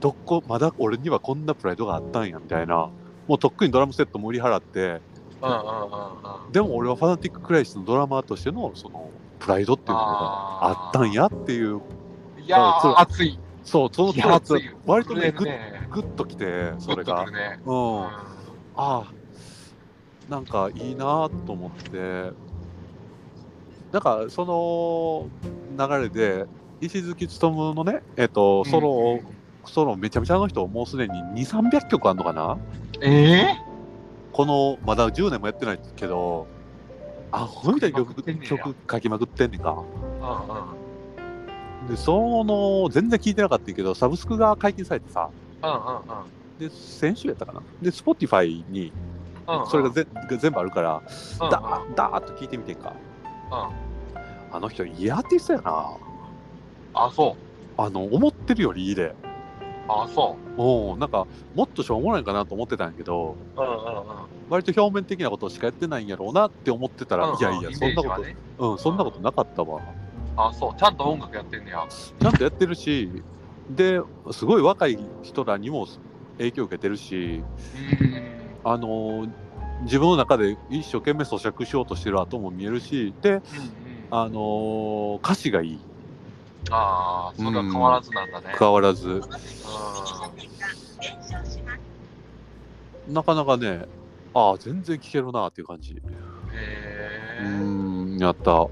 どこ、まだ俺にはこんなプライドがあったんやみたいな。もうとっくにドラムセットも売り払って、うんうんうんうん。でも俺はファナティック・クライシスのドラマーとしてのそのプライドっていうのがあったんや。やっていう、いやー、熱い。そう、そのいやパー熱ツいよ、割とね、震グッえるねグッときて、それグッがとく。るね。うん。あうあ、なんかいいなと思って、なんかその流れで、石月努のね、えっ、と、んソロを、ソロめちゃめちゃあの人、もうすでに2、300曲あんのかなえこの、まだ10年もやってないけど、あ、ほんみたいに曲書きまくってんねや曲書きまくってんねんか。ぇ、うんうんで、その、全然聞いてなかったけど、サブスクが解禁されてさ、うんうんで、先週やったかな。で、Spotify に、うんうん。それがぜ、が全部あるから、うんうんだーだーっと聞いてみてんか。あの人、いいアーティストやな。あ、そう。あの、思ってるよりいいで。あ、そおなんか、もっとしょうもないかなと思ってたんやけど、う。うんうんうん。割と表面的なことしかやってないんやろうなって思ってたら、いやいや、そんなこと、ね、うん、そんなことなかったわ。あ、そう。ちゃんと音楽やってんねや。ちゃんとやってるし、で、すごい若い人らにも影響受けてるし、うん。あの自分の中で一生懸命咀嚼しようとしてる後も見えるしで、あの歌詞がいいああ、それは変わらずなんだね。変わらずなかなかねああ全然聴けるなっていう感じへうえ。んやった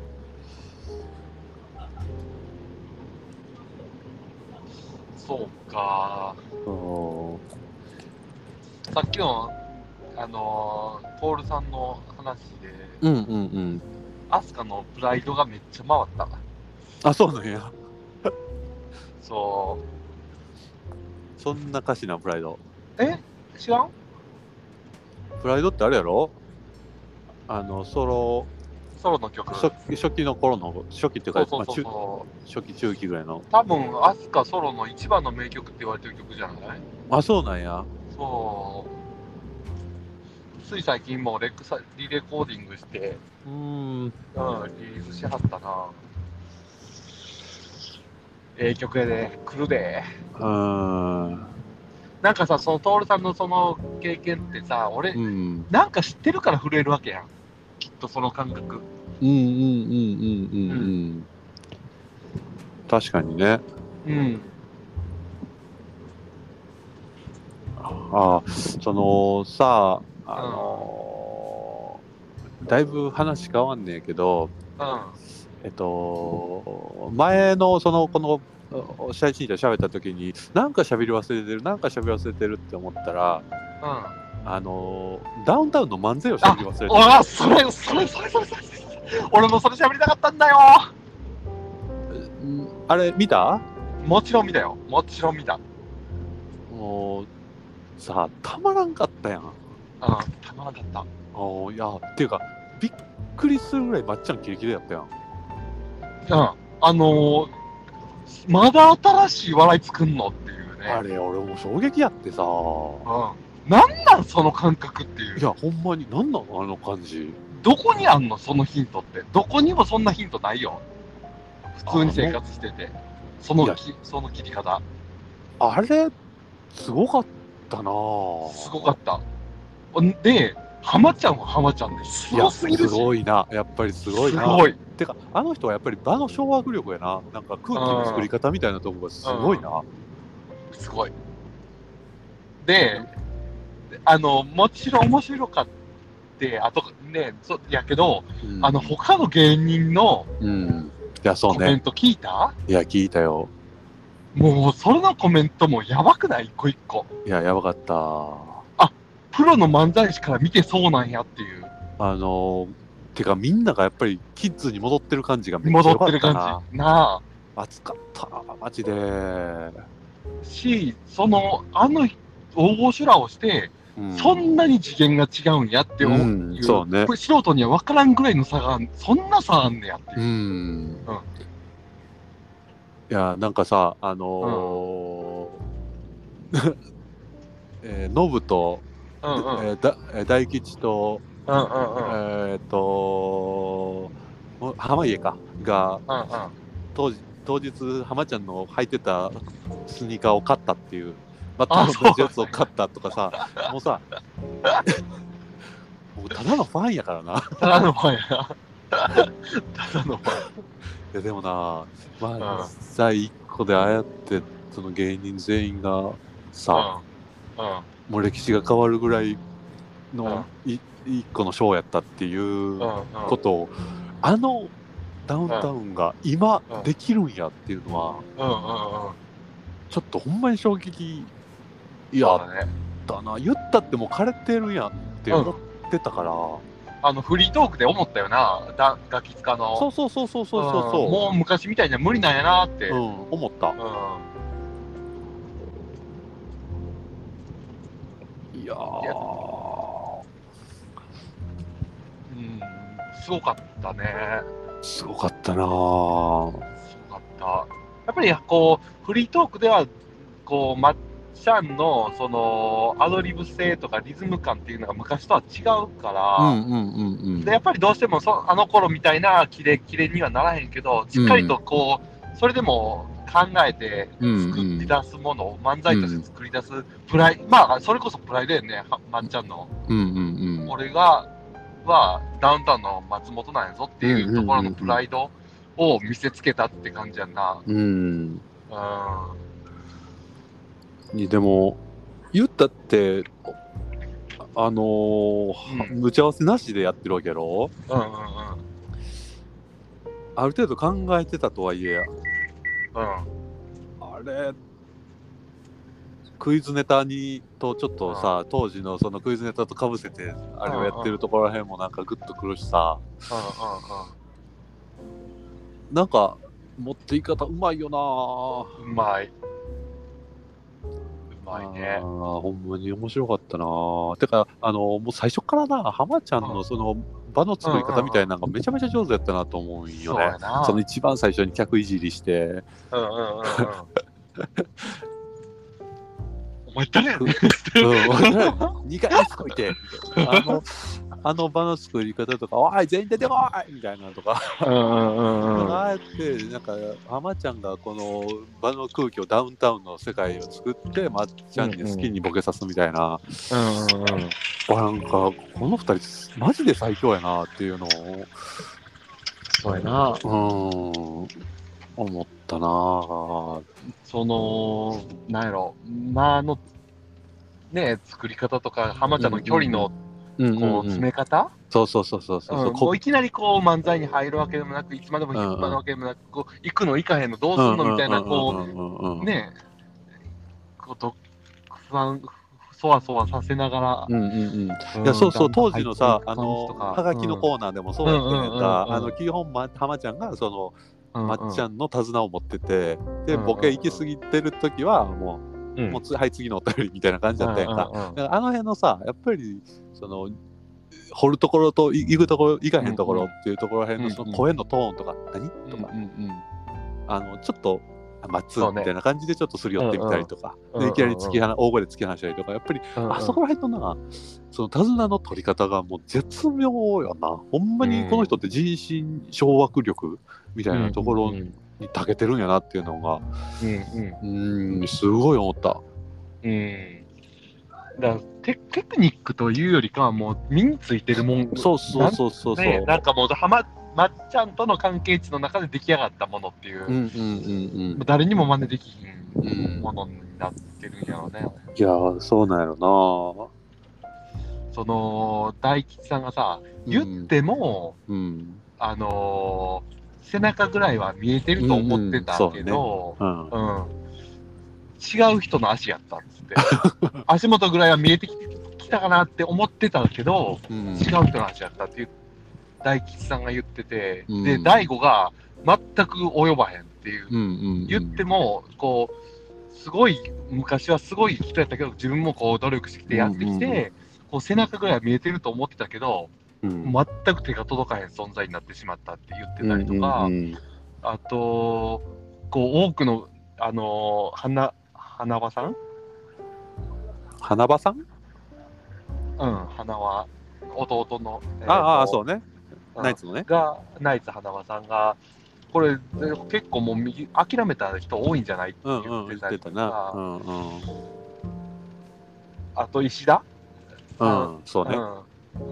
そうか。うんさっきの、あのー、トールさんの話で、うんうんアスカのプライドがめっちゃ回った。あそうなんやそそんな歌詞なプライドう。え知らんプライドってあれやろあのソロソロの曲。初そう初期の頃の初期っていうそかうそうまあそう。中初期中期ぐらいの多分アスカソロの一番の名曲って言われてる曲じゃないあそうなんやそうつい最近もうレクサリレコーディングして、うんうん、リリースしはったなええ曲やで来るでうんなんかさその徹さんのその経験ってさ俺、うんなんか知ってるから震えるわけやんきっとその感覚うんうんうんうんうんうん確かにねうんああそのさああのだいぶ話変わんねえけどうんえっと前のそのこのお試合にいて喋った時になんか喋り忘れてるなんか喋り忘れてるって思ったらうんあのダウンタウンの漫才を喋り忘れておるらそれそれそれそれそれ俺もそれ喋りたかったんだようんあれ見たもちろん見たよもちろん見たうんもうさたまらんかったやんたまらなかったおーいやっていうかびっくりするぐらいまっちゃんキレキレやったやんうん、あのー、まだ新しい笑い作んのっていうね。あれ俺もう衝撃やってさうん。なんなんその感覚っていう。いやほんまに何なのあの感じどこにあんのそのヒントって。どこにもそんなヒントないよ。普通に生活してて。そいのやき、その切り方。あれすごかったなぁすごかった。んで、浜ちゃんは浜ちゃんです。すいやごすぎるし。すごいなやっぱりすごいなすごい。てかあの人はやっぱり場の掌握力やななんか空気の作り方みたいなとこがすごいなすごい。で、あの、もちろん面白かって、あと、ね、そやけど、うんあの、他の芸人のうんいやそコうメンねト聞いた、いや聞いたよもう、それのコメントもやばくない一個一個。いややばかったプロの漫才師から見てそうなんやっていう。あのてかみんながやっぱりキッズに戻ってる感じがめっちゃ戻良かってっるた感なじ。なあ。暑かったマジでし、その、あの、大御所らをして、うんそんなに次元が違うんやって思う。うんそうねこれ素人には分からんぐらいの差があん、そんな差あんねやっていうう。んいやなんかさあのー (laughs) えーノブと、うんうんうんえーだえー大吉と、うんうんうんえーっとも濱家かがうんうん当時当日浜ちゃんの履いてたスニーカーを買ったっていうバッターのやつを買ったとかさもうさ (laughs) もうただのファンやからなただのファンやなただのいファンやでもなうまあん実際一個でああやってその芸人全員がさ、うんうんもう歴史が変わるぐらいのい一個のショーやったっていううんうんことをあのダウンタウンが今うんできるんやっていうのはうんうんうんちょっとほんまに衝撃そやうだねったな言ったってもう枯れてるやんって思ってたから、あのフリートークで思ったよなだガキ使のそうそうそうそうそうそううんもう昔みたいには無理なんやなって、う、ん、思ったういやーいやんうん、すごかったね、すごかったなーすごかった。やっぱりこう、フリートークでは、こう、まっちゃんのそのアドリブ性とかリズム感っていうのが昔とは違うから、うんうんうんうんでやっぱりどうしてもそあの頃みたいなキレキレにはならへんけど、しっかりとこう、それでも考えてうん作り出すものを漫才として作り出すプライ、まあ、それこそプライドやね、はまっちゃんの。うんうんうん俺がはダウンタウンの松本なんやぞっていうところのプライドを見せつけたって感じやんな。うんうん。あにでも言ったってああのーうん打ち合わせなしでやってるわけやろうんうんうん。ある程度考えてたとはいえうん。あれクイズネタにとちょっとさ当時のそのクイズネタとかぶせてあれをやってるところらへんもなんかグッとくるしさなんか持っていき方うまいよなーうんうんうん。うまい。うまいねあ。ーほんまに面白かったなーてか、あのもう最初からな、浜ちゃんうのんその場の作り方みたいなのがめちゃめちゃ上手やったなと思うんよそうねや。な。その一番最初に客いじり (laughs) (laughs) して、うんうんうんうん。お前誰やねんうん、2回あそこいて、みたいなあの、あの場の作り方とか、おい、全員出てこいみたいなのとか、うんうんうんうん。ああやって、なんか、浜ちゃんがこの場の空気をダウンタウンの世界を作って、まっちゃんに好きにボケさすみたいな、うんうんうん。あなんか、この二人、マジで最強やなっていうのを。そうやな。うーん、思ったなぁ。その、なんやろ、まあの、ね、作り方とか、浜ちゃんの距離のうんこう詰め方、そうそうそうそうそう。うんもうこいきなりこう漫才に入るわけでもなく、いつまでも引っ張るわけでもなく、こう行くの行かへんの、どうすんのみたいな、こう、うね、こうと不安、そわそわさせながんうんうん。うんうんうん。いら、や、そうそんう、当時のさ、あだんだん入ってのいく感じと、かはがきのコーナーでもそうやったんやんうんうんうんうんか、あの、基本、ま、浜ちゃんが、その、うんまっちゃん、んの手綱を持ってて、うで、んうんボケ行き過ぎてる時は、もうう、んもうつ、はい、次のお便りみたいな感じだったやんか。うんうんうんだからあの辺のさ、やっぱり、その、掘るところとい行くところ、行かへんところっていうところらへんの、その声のトーンとか、何とか、あのちょっとあ待つそうねみたいな感じでちょっとすり寄ってみたりとか、うんうんでいきなり突き放大声で突き放したりとかやっぱり、うんうんあそこら辺のなその手綱の取り方がもう絶妙よなほんまにこの人って人心掌握力みたいなところうんうにん長けてるんやなっていうのがうんうーんすごい思った。うんうんだからテテクニックというよりかはもう身についてるもんそうそうそうそうそう。ね、なんかもうはま、まっちゃんとの関係値の中で出来上がったものっていう、うんもうんうんう誰にも真似できひうんんものになってるんやろうね。うん。いやーそうなんやろその大吉さんがさ、な。言っても、うん、うんあのー背中ぐらいは見えてると思ってたけど、うんうん違う人の足やったっ (laughs) つって、足元ぐらいは見えてききたかなって思ってたけど、うん違う人の話だったっていう大吉さんが言ってて、うんで大悟が全く及ばへんっていう、うんうん言ってもこうすごい昔はすごい人やったけど自分もこう努力してきてやってきうんて、うんうこう背中ぐらいは見えてると思ってたけどうん全く手が届かへん存在になってしまったって言ってたりとか、うんうんあとこう多くのあのー花花輪さん花場さん、うん、花輪、弟の、えーとああああ、そうね。うんナイツのね。が、ナイツ花輪さんが、これ、結構もう右諦めた人多いんじゃないってうん言うん、っ言ってたてりたとな。か、うんうん。あと石田、うん、そうね。う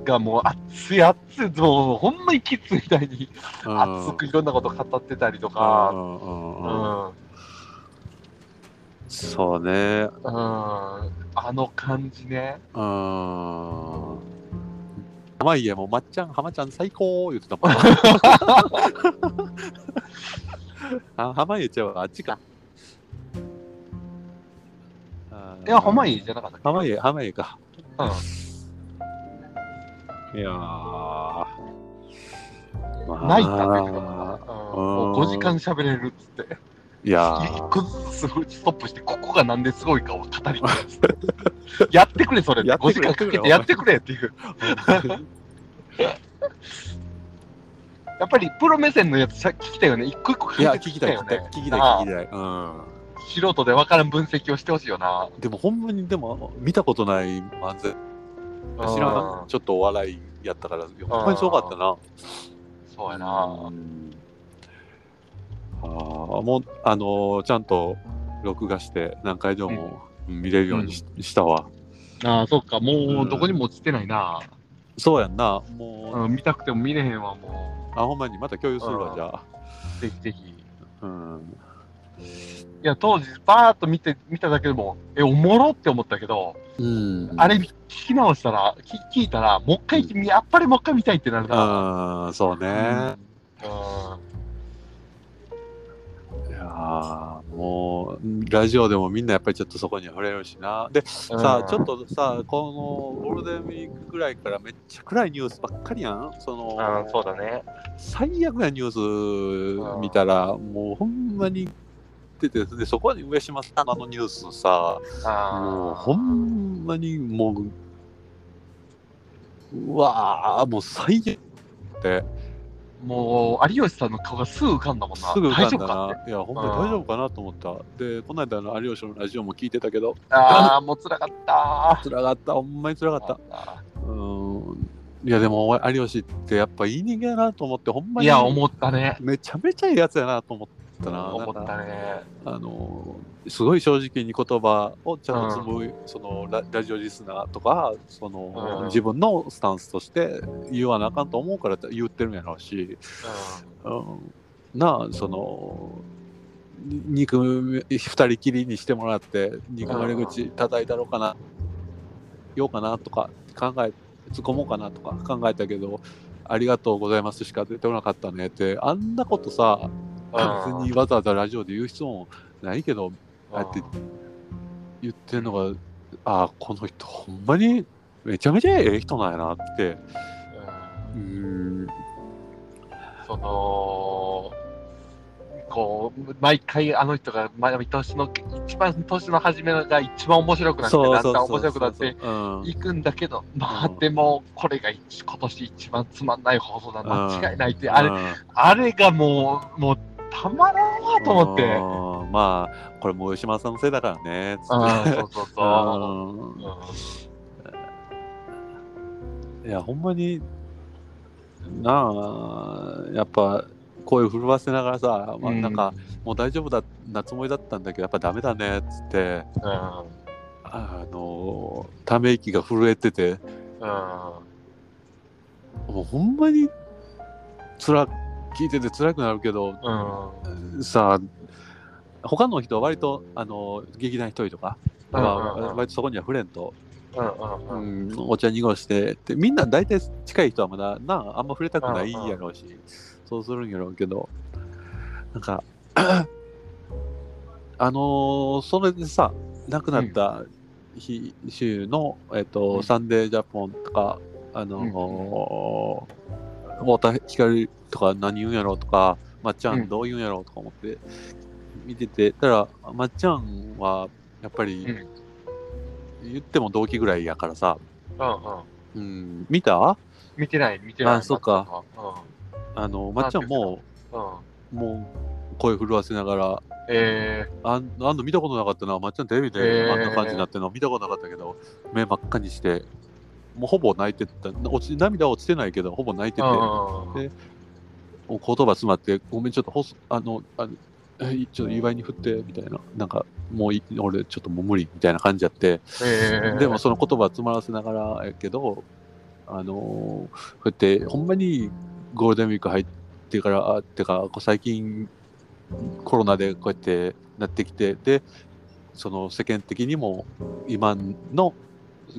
ん、がもう熱い熱い、もうほんまにキッズみたいにうん熱くいろんなこと語ってたりとうか、んううんうんうんん、うんそうね。あの感じね。うん。濱家もまっちゃん、浜ちゃん最高言ってた (laughs) もん。あ、濱家ちゃうわあっちか。いや、濱家。家じゃなかったっけ濱家、濱家か。うんいやー。まあ泣いたって言ってたから、うん、もうんう5時間喋れるっつって、いや一ー個ずつストップして、ここがなんですごいかを語 (laughs) りたいっつって、やってくれ、それ、やってくれ5時間かけてやってくれっていう、 (laughs) やっぱりプロ目線のやつ、さ聞きたいよね、一個一個いや、解聞説きたい、よ聞きたい、ね聞。きたい、なあ聞きたい。うん。素人で分からん分析をしてほしいよな。でもほんまにでも見たことない漫才知らなういんちょっとお笑いやったからほんまにすごかったな。そうやな。ああもうあのーちゃんと録画して何回でも見れるようにし,、たわ。ああ、そっか、もうんうどこにも落ちてないな。そうやんなもう、うん、見たくても見れへんわ、もあほんまにまた共有するわ、うんじゃあ。う。ぜひぜひ。うん、いや、当時、バーっと見て、見ただけでも、え、おもろって思ったけど、うんあれ、聞き直したら、聞聞いたら、もう一回、やっぱりもう一回見たいってなるな。うんそうね。うんいやーもうラジオでもみんなやっぱりちょっとそこに触れるしな。でさあちょっ、とさこのゴールデンウィークぐらいからめっちゃ暗いニュースばっかりやんそのあそうだね。最悪なニュース見たらもうほんまに出てでそこに上島さんのあのニュースさもうあほんまにもううわあもう最悪ってーもう、有吉さんの顔がすぐ浮かんだもんな。すぐ浮かん大丈だ夫かっなて。いやほんまにうん大丈夫かなと思ったでこの間の有吉のラジオも聞いてたけどああ、もう辛かった。辛かったほんまに辛かったうんいやでもお前有吉ってやっぱいい人間やなと思ってほんまいにや、思ったね。めちゃめちゃいいやつやなと思ったな思なんっかたね。あのすごい正直に言葉をちゃんとつむ、そのララジオリスナーとかその、うん自分のスタンスとして言わなあかんと思うからって言ってるんやろうし、うん、なあそのに肉め二人きりにしてもらって肉の悪口叩いたろうかな、ようかなとか考え突っ込もうかなとか考えたけど「ありがとうございます」しか出てこなかったねってあんなことさ別うんにわざわざラジオで言う必要もないけどうん。だって言ってるのが、ああ、この人、ほんまにめちゃめちゃええ人なんやなって、ううんーん、そのこう毎回あの人が毎年の一番年の初めが一番面白くなってだんだん面白くなってうんいくんだけどまあうんでもこれが一今年一番つまんない放送だうん間違いないってあれうんあれがもうもうたまらん (laughs) わと思ってうんまあ、これもう吉村さんのせいだからね、つっうてんそうそうそうううんいや、ほんまに、なあ、やっぱ、声を震わせながらさ、まあ、うんなんか、もう大丈夫だなつもりだったんだけど、やっぱダメだね、つって、うんあの、ため息が震えてて、うんもうほんまに辛く聞いてて辛くなるけどうんさあ他の人は割とあの劇団一人とか、うんまうんあ、割とそこにはフレンと、うんうんうんお茶濁してってみんな大体近い人はまだなああんま触れたくないやろうし、そうするんやろうけどなんか (clears throat) あのーそれでさ亡くなった日、週の、えっとうんサンデージャポンとかあのー太田光とか何言うんやろうとかまっちゃうんんどう言うんやろうとか思って見てて、たらまっちゃんはやっぱりうん言っても同期ぐらいやからさ、うんうんうん、見た見てない見てないあそっかあのまっちゃんもうんうんもう声震わせながらえあんあんの見たことなかったな、まっちゃんテレビへでーあんな感じになってるの見たことなかったけど、目真っ赤にして、もうほぼ泣いてた、落ち涙は落ちてないけど、ほぼ泣いてー、て、うでんお言葉詰まって、ごめん、ちょっとほす、あの、あのえちょっと祝いに振って、みたいな、なんか、もうい俺、ちょっともう無理、みたいな感じやって、えー、でもその言葉詰まらせながらやけど、あのーこうやって、ほんまにゴールデンウィーク入ってから、あってか、こう最近コロナでこうやってなってきて、で、その世間的にも今の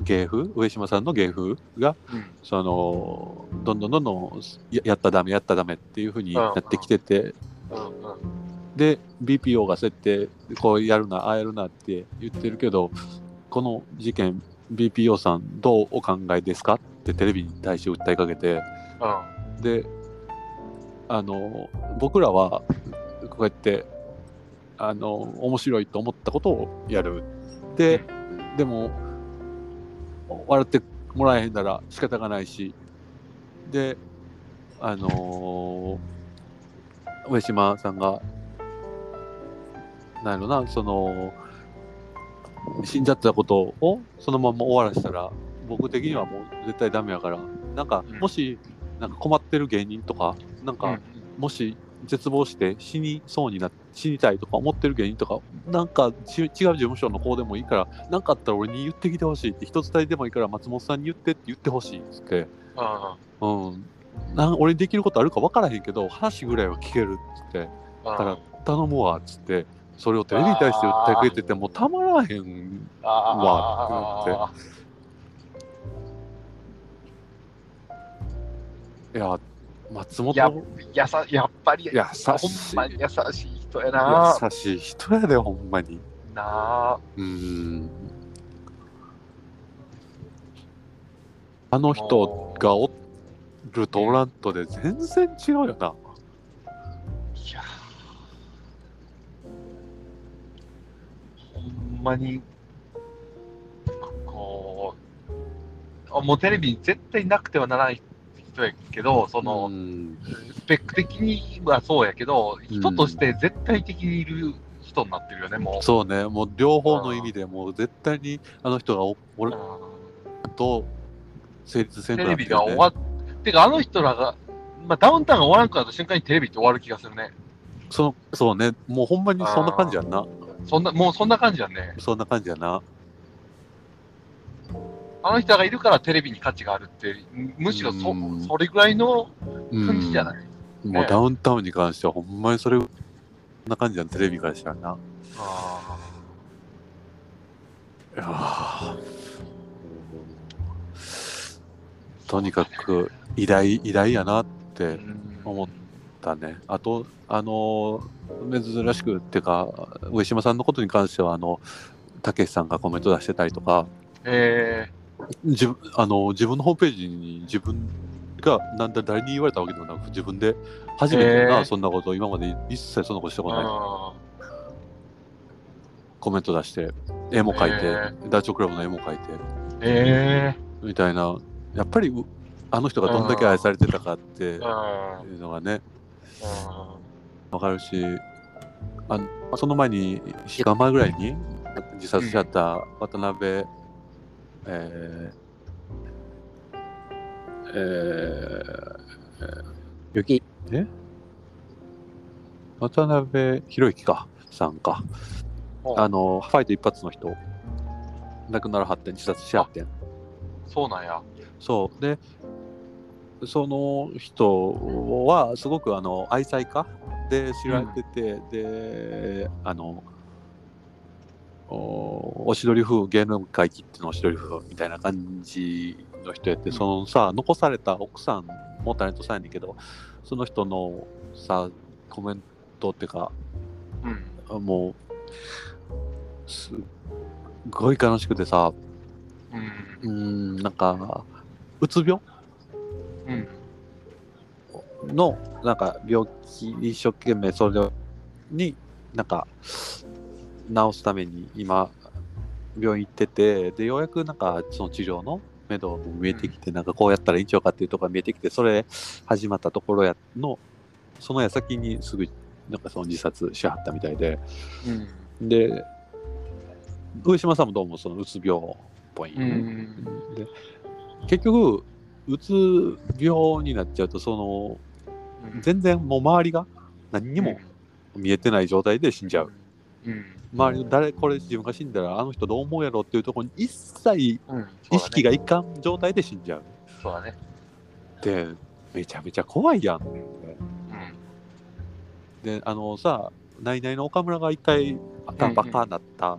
芸風、上島さんの芸風が、うんその、どんどんどんどんややったらダメ、やったらダメっていう風になってきてて、うんうんで BPO が設定こうやるなああやるなって言ってるけどこの事件 BPO さんどうお考えですかってテレビに対して訴えかけてうであの僕らはこうやってあの面白いと思ったことをやるででも笑ってもらえへんなら仕方がないしであのー上島さんがなんやろなその死んじゃったことをそのまま終わらせたら僕的にはもう絶対ダメやからなんかうんもしなんか困ってる芸人とかなんか、んうんもし絶望して死にそうにな死にたいとか思ってる芸人とかなんかち違う事務所の子でもいいから何かあったら俺に言ってきてほしいって一つ伝えでもいいから松本さんに言ってって言ってほしいっつって、うんうん、なん俺にできることあるか分からへんけど話ぐらいは聞けるっつってうんから頼むわっつってそれをテレビに対して訴えかけててもうたまらへんあーわいや松本ややさやっぱり優ほんしいまに優しい人やな優しい人やでほんまに。なあうーんあの人がおるとおらんとで全然違うよな。いやほんまにこうあもうテレビに絶対なくてはならない人やけどその、うんスペック的にはそうやけど人として絶対的にいる人になってるよねもそうね、もう両方の意味でもう絶対にあの人がおおう、ると成立せんテくなレってビるが終わってかあの人らが、まあ、ダウンタウンが終わらんくなった瞬間にテレビって終わる気がするねそのそうね、もうほんまにそんな感じやんな。そんなもうそんな感じやねそんな感じやな。あの人らがいるからテレビに価値があるってむむしろそ,、うんそれぐらいのうん感じじゃない、もうダウンタウンに関してはほんまにそれ、そんな感じやん、テレビからしたらな。あいやーとにかく偉大偉大やなっーて思ったねあとあのー珍しくっていうか上島さんのことに関してはあのたけしさんがコメント出してたりとかえ自分あの自分のホームページに自分がなんだ誰に言われたわけでもなく自分で初めてやな、えーそんなこと今まで一切そんなことしたー、ことないあコメント出して絵も描いて、えダチョウ倶楽部の絵も描いてーえみたいな、やっぱりうあの人がどんだけ愛されてたかっていー、うんうのがね、うんわかるし、あその前に、1週間前ぐらいに自殺しちゃった渡辺、えー、えー、ゆき。渡辺博之か、さんか、ほうあの、ファイト一発の人、亡くならはってん自殺しはってんそうなんやそうでその人はすごくあの愛妻家で知られてて、であのおおしどり夫芸能界きってのおしどり夫婦みたいな感じの人やって、うんそのさ残された奥さんもタレントさんやねんけどその人のさコメントっていうかうんもうすっごい悲しくてさうんうーんなんかうつ病うんのなんか病気一生懸命それになんか治すために今病院行っててでようやくなんかその治療の目処も見えてきてなんかこうやったらいいんちゃうかっていうとこが見えてきてそれ始まったところやのその矢先にすぐなんかその自殺しはったみたいで、うんで、上島さんもどうもそのうつ病っぽい、うんで結局、うつ病になっちゃうと、その、全然もう周りが何にも見えてない状態で死んじゃう。うん周りの誰、これ自分が死んだらあの人どう思うやろっていうところに一切うん意識がいかん状態で死んじゃう。そうだねで、めちゃめちゃ怖いやん。そうだねで、あのさ、ナイナイの岡村が一回、う赤んうんバカになったう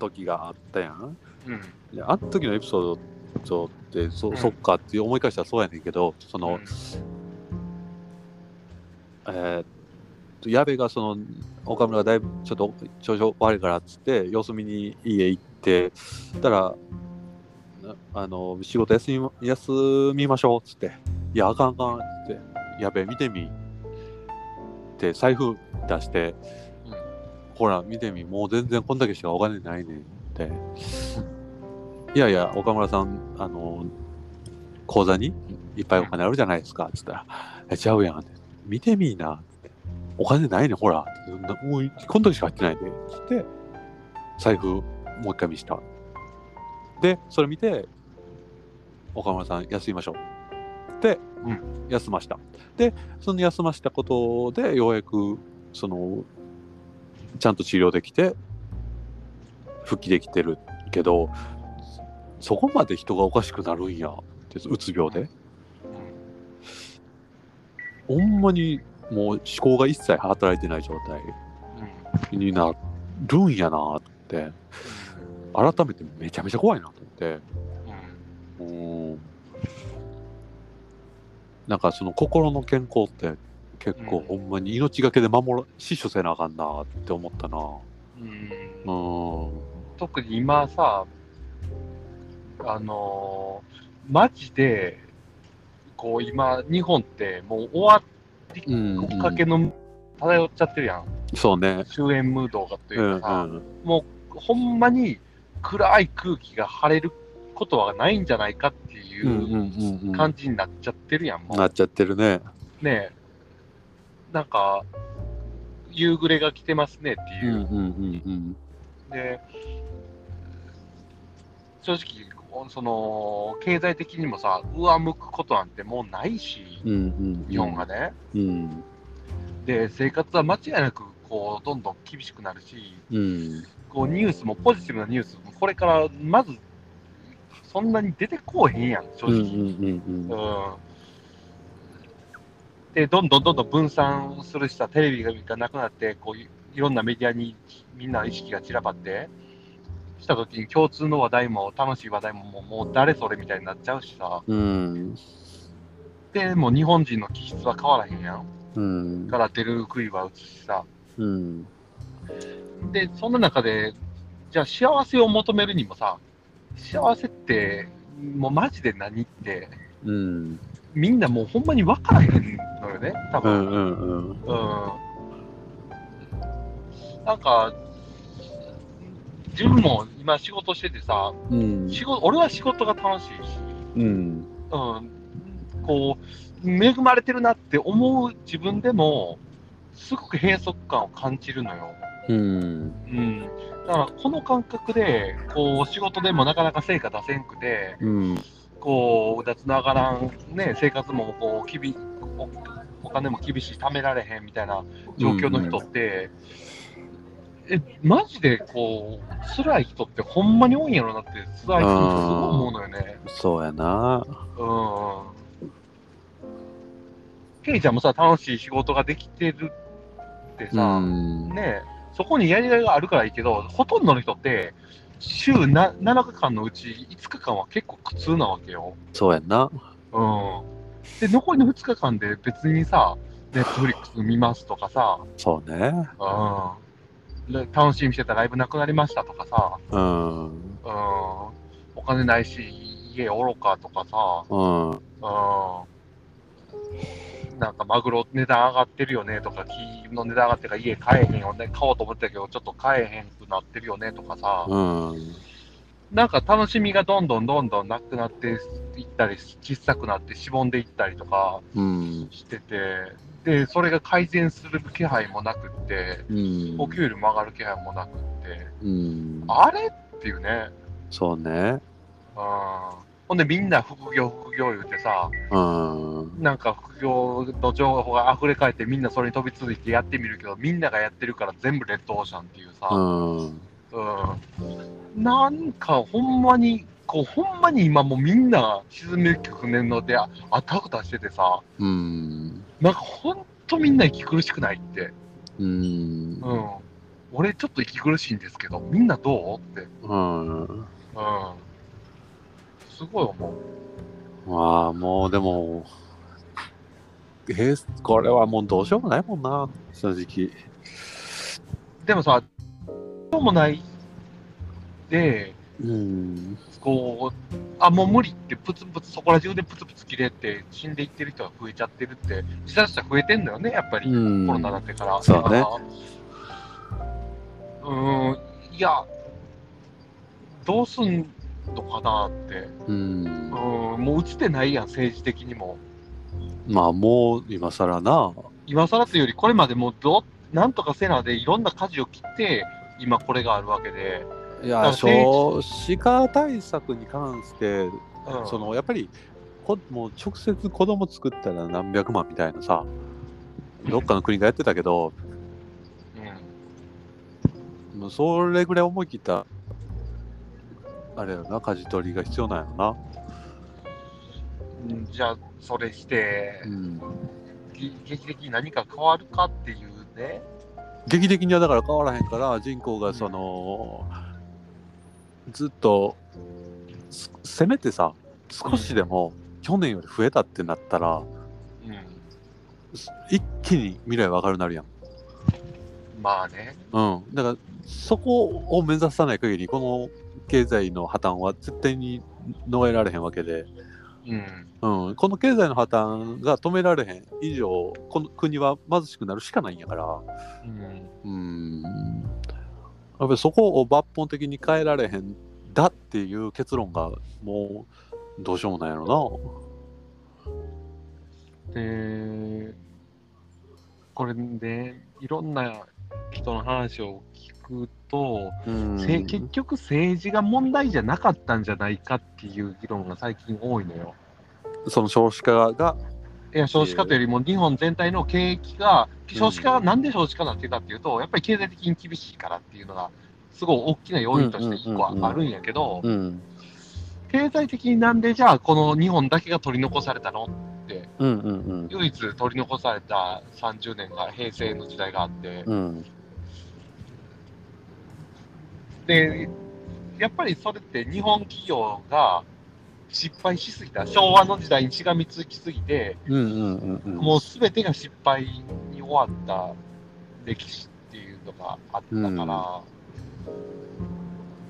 時があったやん。んうんうんであの時のエピソードってそ,、うんそっかって思い返したらそうやねんけどその、うんえーっと矢部がその岡村がだいぶちょっと調子悪いからっつって様子見に家行ってたらなあの仕事休み休みましょうっつって「いやあかんあかん」っつって「矢部見てみ」って財布出してうんほら、見てみ、もう全然こんだけしかお金ないねんって。いやいや、岡村さん、あの、口座にいっぱいお金あるじゃないですか、つったら、え、ちゃうやんって。見てみいな、って。お金ないねん、ほら。なもう、こんだけしか入ってないで、つって、財布、もう一回見した。で、それ見て、岡村さん、休みましょう。で、うん休ました。で、その休ましたことで、ようやく、その、ちゃんと治療できて復帰できてるけどそこまで人がおかしくなるんやってうつ病でほんまにもう思考が一切働いてない状態になるんやなって改めてめちゃめちゃ怖いなと思ってうんなんかその心の健康って結構ほんまに命がけで守ら死守せなあかんなって思ったなうんうんうん特に今さ、あのーマジで、こう今、日本ってもう終わってうんきっかけの漂っちゃってるやん、そうね終焉ムードがとういんううかさ、んほんまに暗い空気が晴れることはないんじゃないかっていうんうんううんうん感じになっちゃってるやん、もうなっちゃってるね。ねえなんか、夕暮れが来てますねってういんう。うんうんで、正直、その、経済的にもさ、上向くことなんてもうないし、うん。うんうん。日本が。ね。うん。で、生活は間違いなく、こう、どんどん厳しくなるし、うん。こう、ニュースもポジティブなニュースも、これから、まず、そんなに出てこうへんやん、正うんうん直。うんううん。ん。で、どんどんどんどん分散するしさ、テレビがなくなって、こういいろんなメディアにみんな意識が散らばって、した時に共通の話題も楽しい話題ももうもう誰それみたいになっちゃうしさ、うん。でもう日本人の気質は変わらへんやん。うんから出る杭は打つしさ。うん。で、そんな中で、じゃあ幸せを求めるにもさ、幸せって、もうマジで何って、うん。みんなもうほんまに分からへんのよね、多う分。んうんうん。うんなんか、自分も今仕事しててさ、うん。仕事俺は仕事が楽しいし、うん。うん、こう、恵まれてるなって思う自分でも、すごく閉塞感を感じるのよ。うん。うん。だから、この感覚で、こう、仕事でもなかなか成果出せんくて、うん。こう、脱ながらん、ね、生活もこう、きび、おお金も厳しい、貯められへんみたいな状況の人って、え、マジでこう、辛い人ってほんまに多いんやろなって、辛い人ってすごい思うのよね。そうやな。うん。ケイちゃんもさ、楽しい仕事ができてるってうさ、ん。ねえそこにやりがいがあるからいいけど、ほとんどの人って、週な7日間のうち5日間は結構苦痛なわけよ。そうやな。うん。で、残りの2日間で別にさ、ネットフリックス見ますとかさ、そうね。うん。で楽しみにしてたライブなくなりましたとかさ、うん。うん。お金ないし、家愚かとかさ、うん。うん。なんかマグロ値段上がってるよねとか、木の値段上がってるから家買えへんよね、買おうと思ってたけど、ちょっと買えへんくなってるよねとかさ、うん。なんか楽しみがどんどんどんどんなくなっていったり、小さくなってしぼんでいったりとか、うん。してて、で、それが改善する気配もなくって、うんお給料も上がる気配もなくって、うん、あれっていうね。そうね。うん。ほんでみんな副業副業言うてさ、うん。なんか副業の情報が溢れ返ってみんなそれに飛びついてやってみるけど、みんながやってるから全部レッドオーシャンっていうさ、うん。うんなんかほんまに、こうほんまに今もうみんな沈みゆき船のであたふたしててさ、うん。なんかほんとみんな息苦しくないって。うん。うん。俺ちょっと息苦しいんですけど、みんなどうって。うん。うん。すごい思まあ、もうでも、えーこれはもうどうしようもないもんな、正直。う。でもさ、どうもないで、うん。こう、あ、もう無理って、プツプツ、そこら中でプツプツ切れて、死んでいってる人が増えちゃってるって、自殺者増えてんだよね、やっぱり。うんコロナになってから。そうねうーん、いや、どうすんのかなって。うんう。ーん、もう打ちてないやん、政治的にも。まあ、もう今更な。今更というより、これまでもうど、なんとかせなで、いろんな舵を切って、今これがあるわけで。いまや、あ政治少子化対策に関して、うん、そのやっぱりこもう直接子供作ったら何百万みたいなさどっかの国がやってたけどうん、もうそれぐらい思い切ったあれやろな舵取りが必要なんやろな、うんじゃあ、それして、うん、劇劇的に何か変わるかっていうね。劇的にはだから変わらへんから人口がその、ずっとすせめてさ少しでも去年より増えたってなったらうん、す一気に未来わかるなるやんまあね。うん、だからそこを目指さない限りこの経済の破綻は絶対に逃れられへんわけで、うん、うん、この経済の破綻が止められへん以上この国は貧しくなるしかないんやから、ううん、ん、やっぱりそこを抜本的に変えられへんだっていう結論がもうどうしようもないやろで、これね、いろんな人の話を聞くと、な、うんせ結局政治が問題じゃなかったんじゃないかっていう議論が最近多いのよ。その少子化が、いや少子化というよりも日本全体の景気が、少子化がなんで少子化になってたっていうと、やっぱり経済的に厳しいからっていうのが、すごい大きな要因として一個あるんやけど、うん、経済的になんでじゃあこの日本だけが取り残されたのうんうん唯一取り残された30年が平成の時代があって、うんうんでやっぱりそれって日本企業が失敗しすぎた昭和の時代にしがみつきすぎてうんうんうんうんもう全てが失敗に終わった歴史っていうのがあったから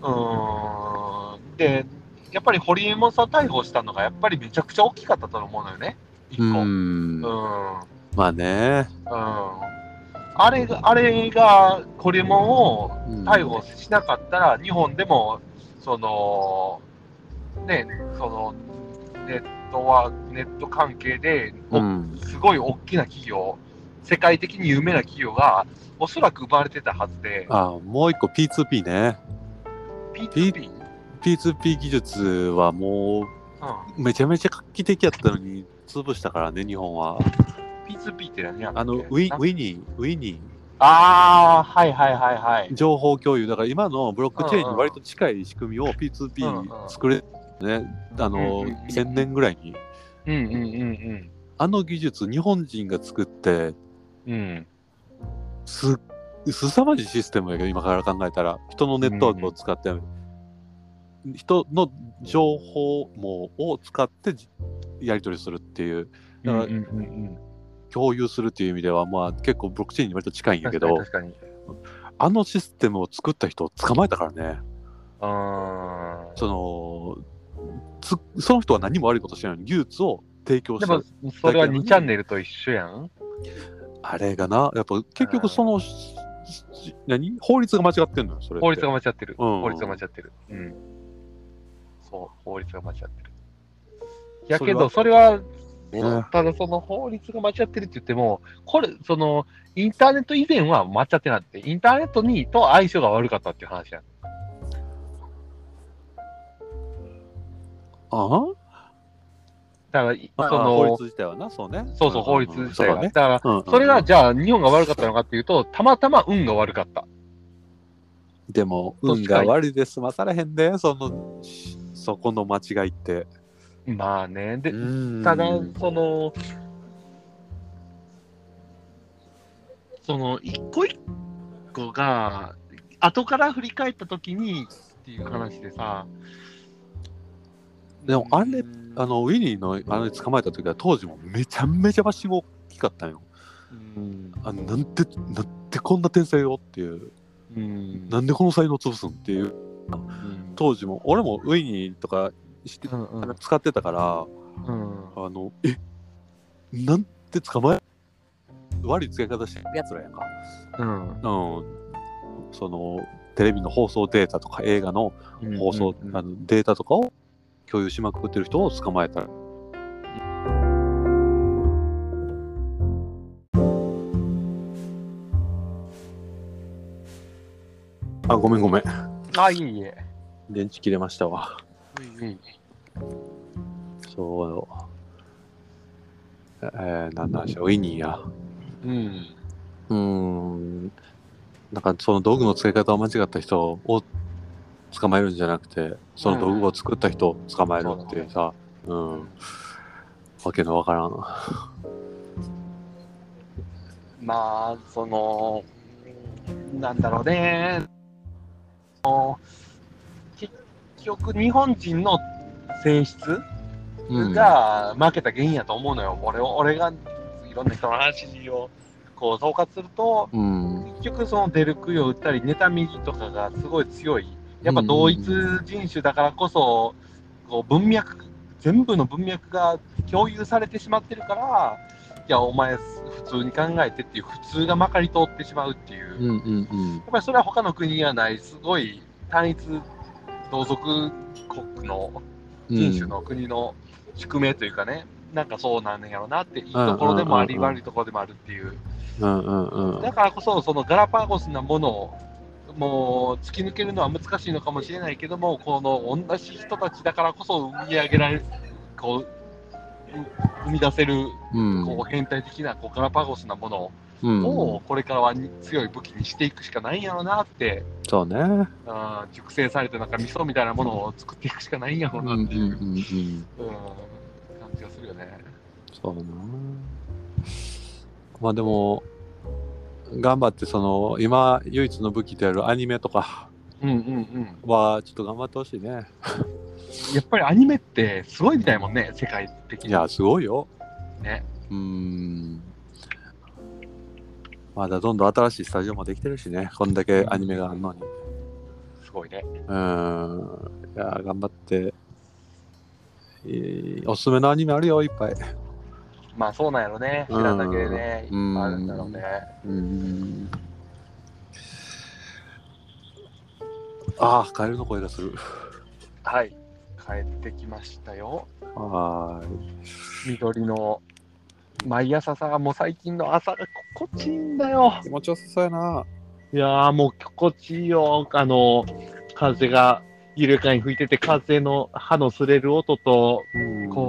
うーんでやっぱり堀江もさん逮捕したのがやっぱりめちゃくちゃ大きかったと思うのよね一個。うんうんまあね、あれが、あれが、コリモンをうん逮捕しなかったら、日本でも、その、ね、その、ネットは、ネット関係で、おうん、すごい大きな企業、世界的に有名な企業が、おそらく生まれてたはずで、あもう一個 P2P ね P2P? P2P 技術はもううん。めちゃめちゃ画期的やったのに潰したからね日本は P2P って何やったあっけのウィなウィニーウィニあー、はいはいはいはいー。情報共有だから今のブロックチェーンに割と近い仕組みを P2P に作れねあうのんうんうん1000年ぐらいにうんうんうんあの技術日本人が作ってうん。うん。すすさまじいシステムやけど今から考えたら人のネットワークを使って、人の情報網を使ってじやり取りするっていうだからうんうんうんうん共有するっていう意味ではまあ結構ブロックチェーンに割と近いんやけ確かにど確かに。あのシステムを作った人を捕まえたからねうーん。そのつその人は何も悪いことしてないのに技術を提供しでたも、それは2チャンネルと一緒やん。あれがなやっぱ結局そのしし何法律が間違ってんのよそれって法律が間違ってる。うん法律が間違ってる。うん。そう、法律が間違ってる。やけど、それは、ねただその法律が間違ってるって言っても、これ、その、インターネット以前は間違ってなくて、インターネットにと相性が悪かったっていう話や。あだから、いあ、そ法の律、自体はな、そうね。そうそう、法律自体が。うんだから、うんうんそれがじゃあ日本が悪かったのかっていうと、たまたま運が悪かった。でも、どっ運ちがか悪いで済まされへんで、その、そこの間違いって。まあね。で、うんただ、その、その、一個一個が、後から振り返ったときにっていう話でさ。でもあれうんあの、ウィリーのあの捕まえた時は、当時もめちゃめちゃバッシング大きかったんよ。うんあのなんて、なんてこんな天才をっていう、うんなんでこの才能潰すんっていう、うん当時も、俺もウィニーとかして、うんうん使ってたから、うんあの、えなんて捕まえ、悪い使い方してるやつらやんか。うんうん。その、テレビの放送データとか映画のうん放送、うんあのデータとかを共有しまくってる人を捕まえた。あ、ごめんごめん。あ、いいえ。電池切れましたわ。うんうんそう。えー、なんなんでしょう、ウィニーや。うん。うーん。なんかその道具の使い方を間違った人を捕まえるんじゃなくて、その道具を作った人を捕まえるっていうさ、うん。わけのわからん。まあ、その、なんだろうね。もう結局、日本人の性質うん、が負けた原因やと思うのよ。俺を俺がいろんな人の話をこう総括すると、うん。結局、その出る杭を打ったり、妬みとかがすごい強い。やっぱ同一人種だからこそ、こう文脈、全部の文脈が共有されてしまってるから、いや、お前、普通に考えてっていう、普通がまかり通ってしまうっていう、うやっんうんうん。ぱりそれは他の国にはない、すごい単一同族国の人種の国の宿命というかね、なんかそうなんやろうなって、いいところでもあり、うんうんうんうん悪いところでもあるっていう。うんうんうんだ。からこそ、そのガラパゴスなものを、もう突き抜けるのは難しいのかもしれないけども、この同じ人たちだからこそ生み上げられる、こう、う生み出せる、うんこう、変態的な、こう、ガラパゴスなものうんを、これからはに強い武器にしていくしかないんやろうなって、そうね。あー熟成されたなんか味噌みたいなものを作っていくしかないんやろううんなうんうっていう、うんうんん。感じがするよね。そうな。まあでも、頑張ってその、今唯一の武器であるアニメとかうんうんうん。は、ちょっと頑張ってほしいね。やっぱりアニメってすごいみたいもんね、世界的いに。や、すごいよ。ね。うーん。まだどんどん新しいスタジオもできてるしね、こんだけアニメがあるのに。うすごいね。ーん。いや、頑張って。えーおすすめのアニメあるよ、いっぱい。まあそうなんやろね。うん知らんだけでね、いっぱうんいあるんだろうね。うーん。ああ、カエルの声がする。はい。帰ってきましたよ。はーい。緑の。毎朝さ、もう最近の朝が心地いいんだよ。気持ちよさそうやな。いやーもう心地いいよ。あの、風が緩やかに吹いてて、風の歯の擦れる音と、うんこう、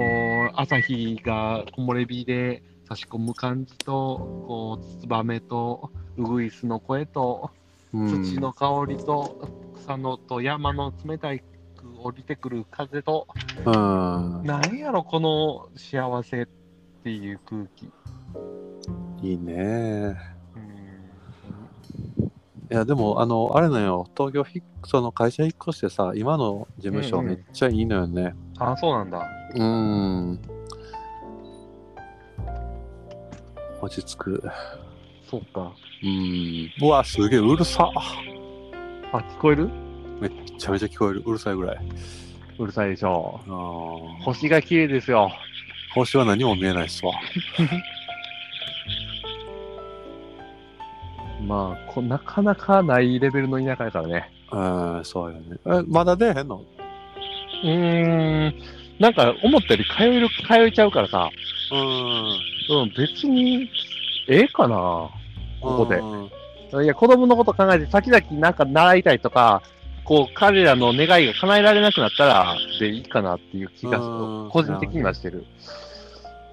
朝日が木漏れ日で差し込む感じと、こう、ツバメと、ウグイスの声と、うん土の香りと草のと山の冷たい降りてくる風とうん。何やろこの幸せっていう空気いいね。うんいやでもあのあれのよ東京ひその会社引っ越してさ今の事務所うんうんめっちゃいいのよねあそうなんだうーん落ち着くそうかうーんうわすげえうるさあ聞こえるめっちゃめちゃ聞こえるうるさいぐらいうるさいでしょあー星が綺麗ですよ星は何も見えないっすわまあこなかなかないレベルの田舎やからねうーんそうよねえまだ出えへんのうーんなんか思ったより通える通えちゃうからさううん。うん、別に、ええかな。ここでうんいや、子供のこと考えて、先々なんか習いたいとか、こう、彼らの願いが叶えられなくなったら、でいいかなっていう気うがするん。個人的にはしてる。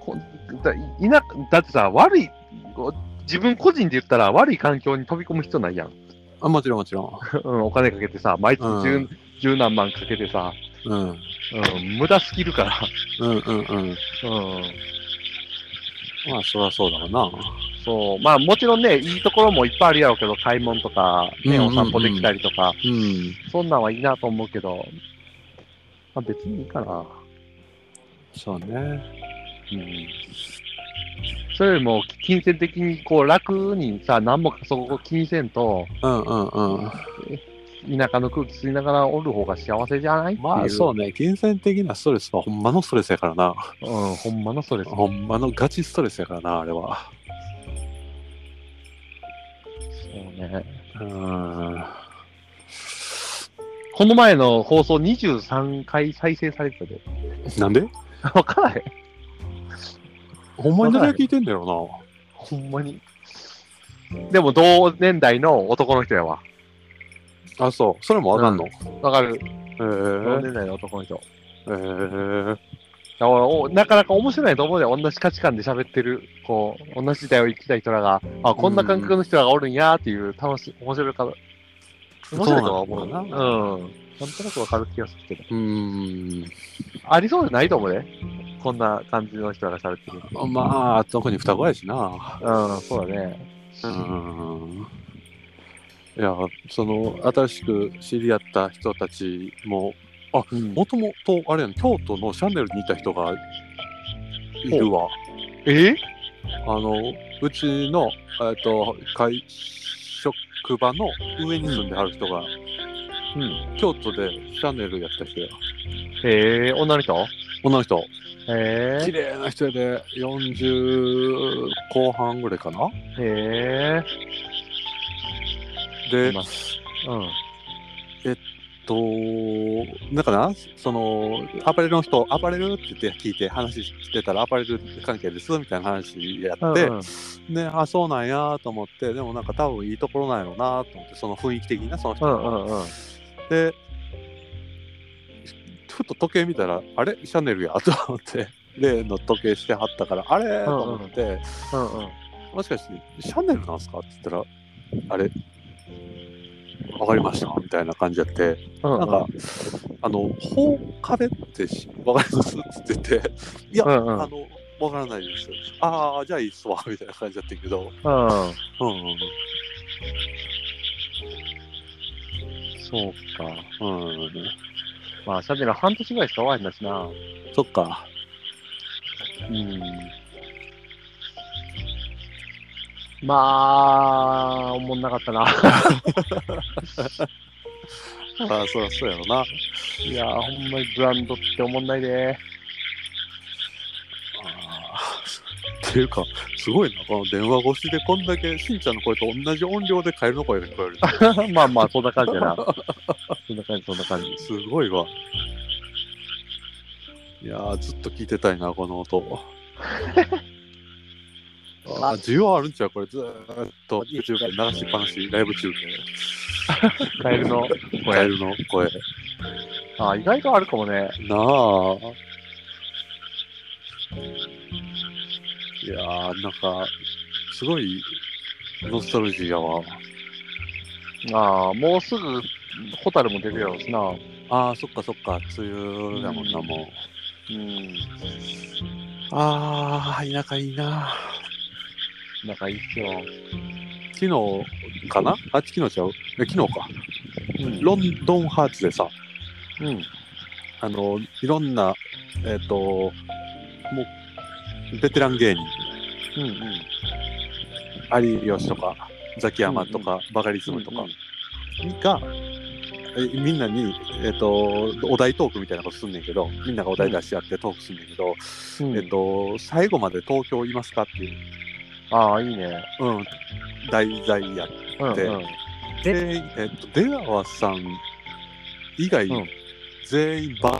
こだいなだってさ、悪い、こう自分個人で言ったら悪い環境に飛び込む必要ないやん。あ、もちろんもちろうん、お金かけてさ、毎月う十十何万かけてさ、ん。うん。うん、無駄すぎるから。うんうんうん。うん。まあ、そりゃそうだろうな。そう。まあもちろんね、いいところもいっぱいあるやろうけど、買い物とか、ね、うんうんおうん散歩できたりとか、うん。そんなんはいいなと思うけど、まあ別にいいかな。そうね。うん。それよりも、金銭的にこう楽にさ、何もそこを気にせんと、うんうんうん。田舎の空気吸いながらおる方が幸せじゃないっていう。まあ、そうう。ね。金銭的なストレスはほんまのストレスやからな。うん、ほんまのそれ。ほんまのガチストレスやからな、あれは。そうね。うん。この前の放送23回再生されてたで。なんでわからへん。ほんまに誰が聞いてんだろほんまに。でも同年代の男の人やわ。うな。あ、そう。それもわかんの。わかる。へ同ー年代の男の人。だかへーらおなかなか面白いないと思うよ。同じ価値観で喋ってる、こう、同じ時代を生きたい人らが、あ、こんな感覚の人らがおるんやーっていう、楽しい、面白いか、面白いとは思うな。。そううんななんとなくわかる気がするけど。うん。ありそうじゃないと思うね。こんな感じの人らが喋ってる。まあ、特に双子やしな。うん、そうだね。うんいや、その、新しく知り合った人たちも、うんもともと、あれやん、京都のシャネルにいた人がいるわ。えあの、うちの、えっと、会、職場の上に住んではる人が、うん。京都でシャネルやった人や。えー、女の人女の人、え綺ー、麗な人やで、40後半ぐらいかなえで、いますー、うん。と、なんかな、その、アパレルの人、アパレルって言って聞いて話してたら、アパレル関係ですみたいな話やって、うんうんね、あ、そうなんやと思って、でもなんか多分いいところなんやろうなと思って、その雰囲気的にな、その人うが、んうんうん。で、ふと時計見たら、あれシャネルや (laughs) と思って、例の時計してはったから、あれ、と思って、うんうん。もしかして、シャネルなんすかって言ったら、あれわかりましたみたいな感じやって、うんうんなんか、あの、法壁ってしわかりますって言って、いや、うんうあん。の、わからないです。ああ、じゃあいいっすわ、みたいな感じだったけど。ううん。んうんそうか。うん。うんうん、まあ、シャネル半年ぐらいしか会わへんだしな。そっか。うん。まあ、おもんなかったな。あ (laughs) あ、そうそうやろな。いやー、ほんまにブランドっておもんないで。 (laughs) あーっていうか、すごいな、この電話越しでこんだけしんちゃんの声と同じ音量でカエルの声が聞こえる。まあまあ、そんな感じや (laughs) な。そんな感じ、そんな感じ。すごいわ。いやー、ずっと聞いてたいな、この音。 (laughs) あー需要あるんちゃうこれずーっと YouTube で流しっぱなし、ライブ中継。 (laughs) カエルのカエ声。ルの声。あ、意外とあるかもね。なあ。いやー、なんか、すごいノスタルジーやわ。ああ、もうすぐ、ホタルも出るやろうしな。あー、そっかそっか、梅雨だもんな、もう。うん。あー、田舎いいな。仲いいっすよ。昨日かなあ、昨日ちゃうえ昨日か。うん。ロンドンハーツでさ、うん。あの、いろんな、えっ、と、もう、ベテラン芸人、うんうん。有吉とか、ザキヤマとか、バカリズムとかが、えみんなに、えっ、と、お題トークみたいなことすんねんけど、みんながお題出し合ってトークすんねんけど、うん。えっ、と、最後まで東京いますかっていう、ああ、いいね。うん、題材やっうん、でうん。て、えっ、と、出川さん以外、うん全員ば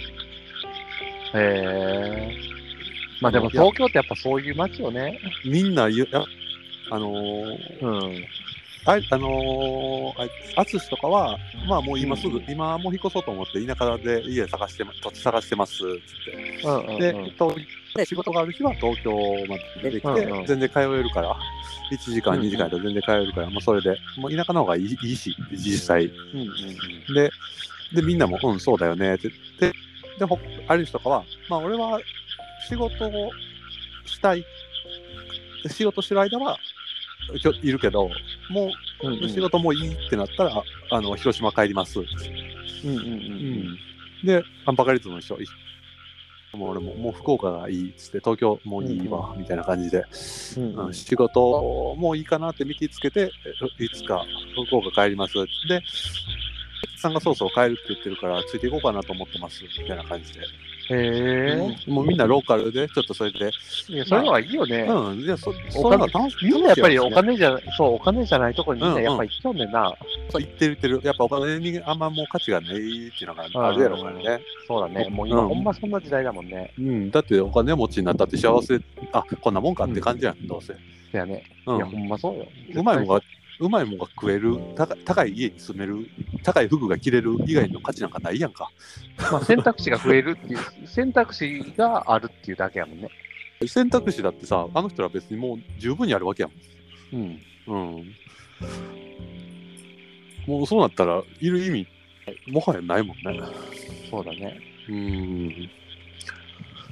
へえ。まあでも東京ってやっぱそういう街よね。みんな言う、やあのーうん。ああのー、あ淳とかは、まあもう今すぐ、今もう引っ越そうと思って、田舎で家探してま、土地探してますっつっうんうん、うん。て、で、と仕事がある日は東京まで出てきて、うんうん全然通えるから、1時間、うんうん2時間やったら全然通えるから、もうそれで、もう田舎の方がいいいいし、実際。うんうんで、で、みんなも、うん、そうだよねって言って、で、ほある人とかは、まあ俺は仕事をしたい、仕事してる間は、きょいるけど、もううんうん。仕事もういいってなったら、あの広島帰ります。うんうんうん。で、アンパカリズムの人、いもう俺ももう福岡がいいっつって、東京もういいわ、みたいな感じで、うんうん仕事もういいかなって見切りつけて、えいつか福岡帰ります。で、さんがそうそう帰るって言ってるから、ついていこうかなと思ってます、みたいな感じで。へえ。もうみんなローカルで、ちょっとそれで、いや、そういうのはいいよね。うん、いや、そ、おそういうの金は楽しみんなやっぱりお楽しいよね金じゃ、そう、お金じゃないとこにみんなやっぱ行きとんねんな。そう言ってる言ってる。やっぱお金にあんまもう価値がないっていうのがあるやろうからね。そうだね。もう今、うんほんまそんな時代だもんね。うん、だってお金持ちになったって幸せ、あこんなもんかって感じやん、どうせ。いやね。ういや、ほん、んまそうよ。うまいもんが、うまいもんが食える、高高い家に住める、高い服が着れる以外の価値なんかないやんか。まあ、選択肢が増えるっていう、 (laughs) 選択肢があるっていうだけやもんね。選択肢だってさ、あの人ら別にもう十分にあるわけやうん。もん。うん。もうそうなったら、いる意味、もはやないもんね。そうだね。うん。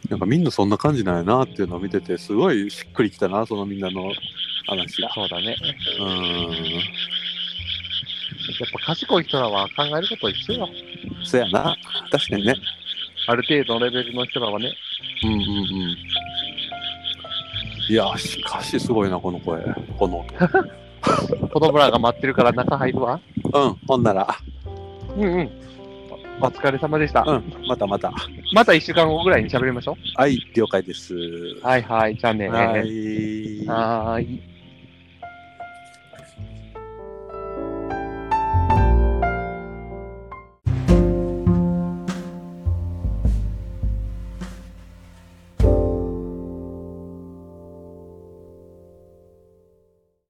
なんかみんなそんな感じなんやなっていうのを見てて、すごいしっくりきたな、そのみんなの話が。そうだね。うん。やっぱ賢い人らは考えること一緒よ。そやな。確かにね。ある程度のレベルの人らはね。うんうんうん。いや、しかしすごいな、この声。こ (laughs) の子供らが待ってるから中入るわ。音。うん、ほんなら。うんうん。おお疲れ様でした。うん、またまた。また1週間後ぐらいに喋りましょはい、了解です。う。はいはい。じゃあね。はい。はーい。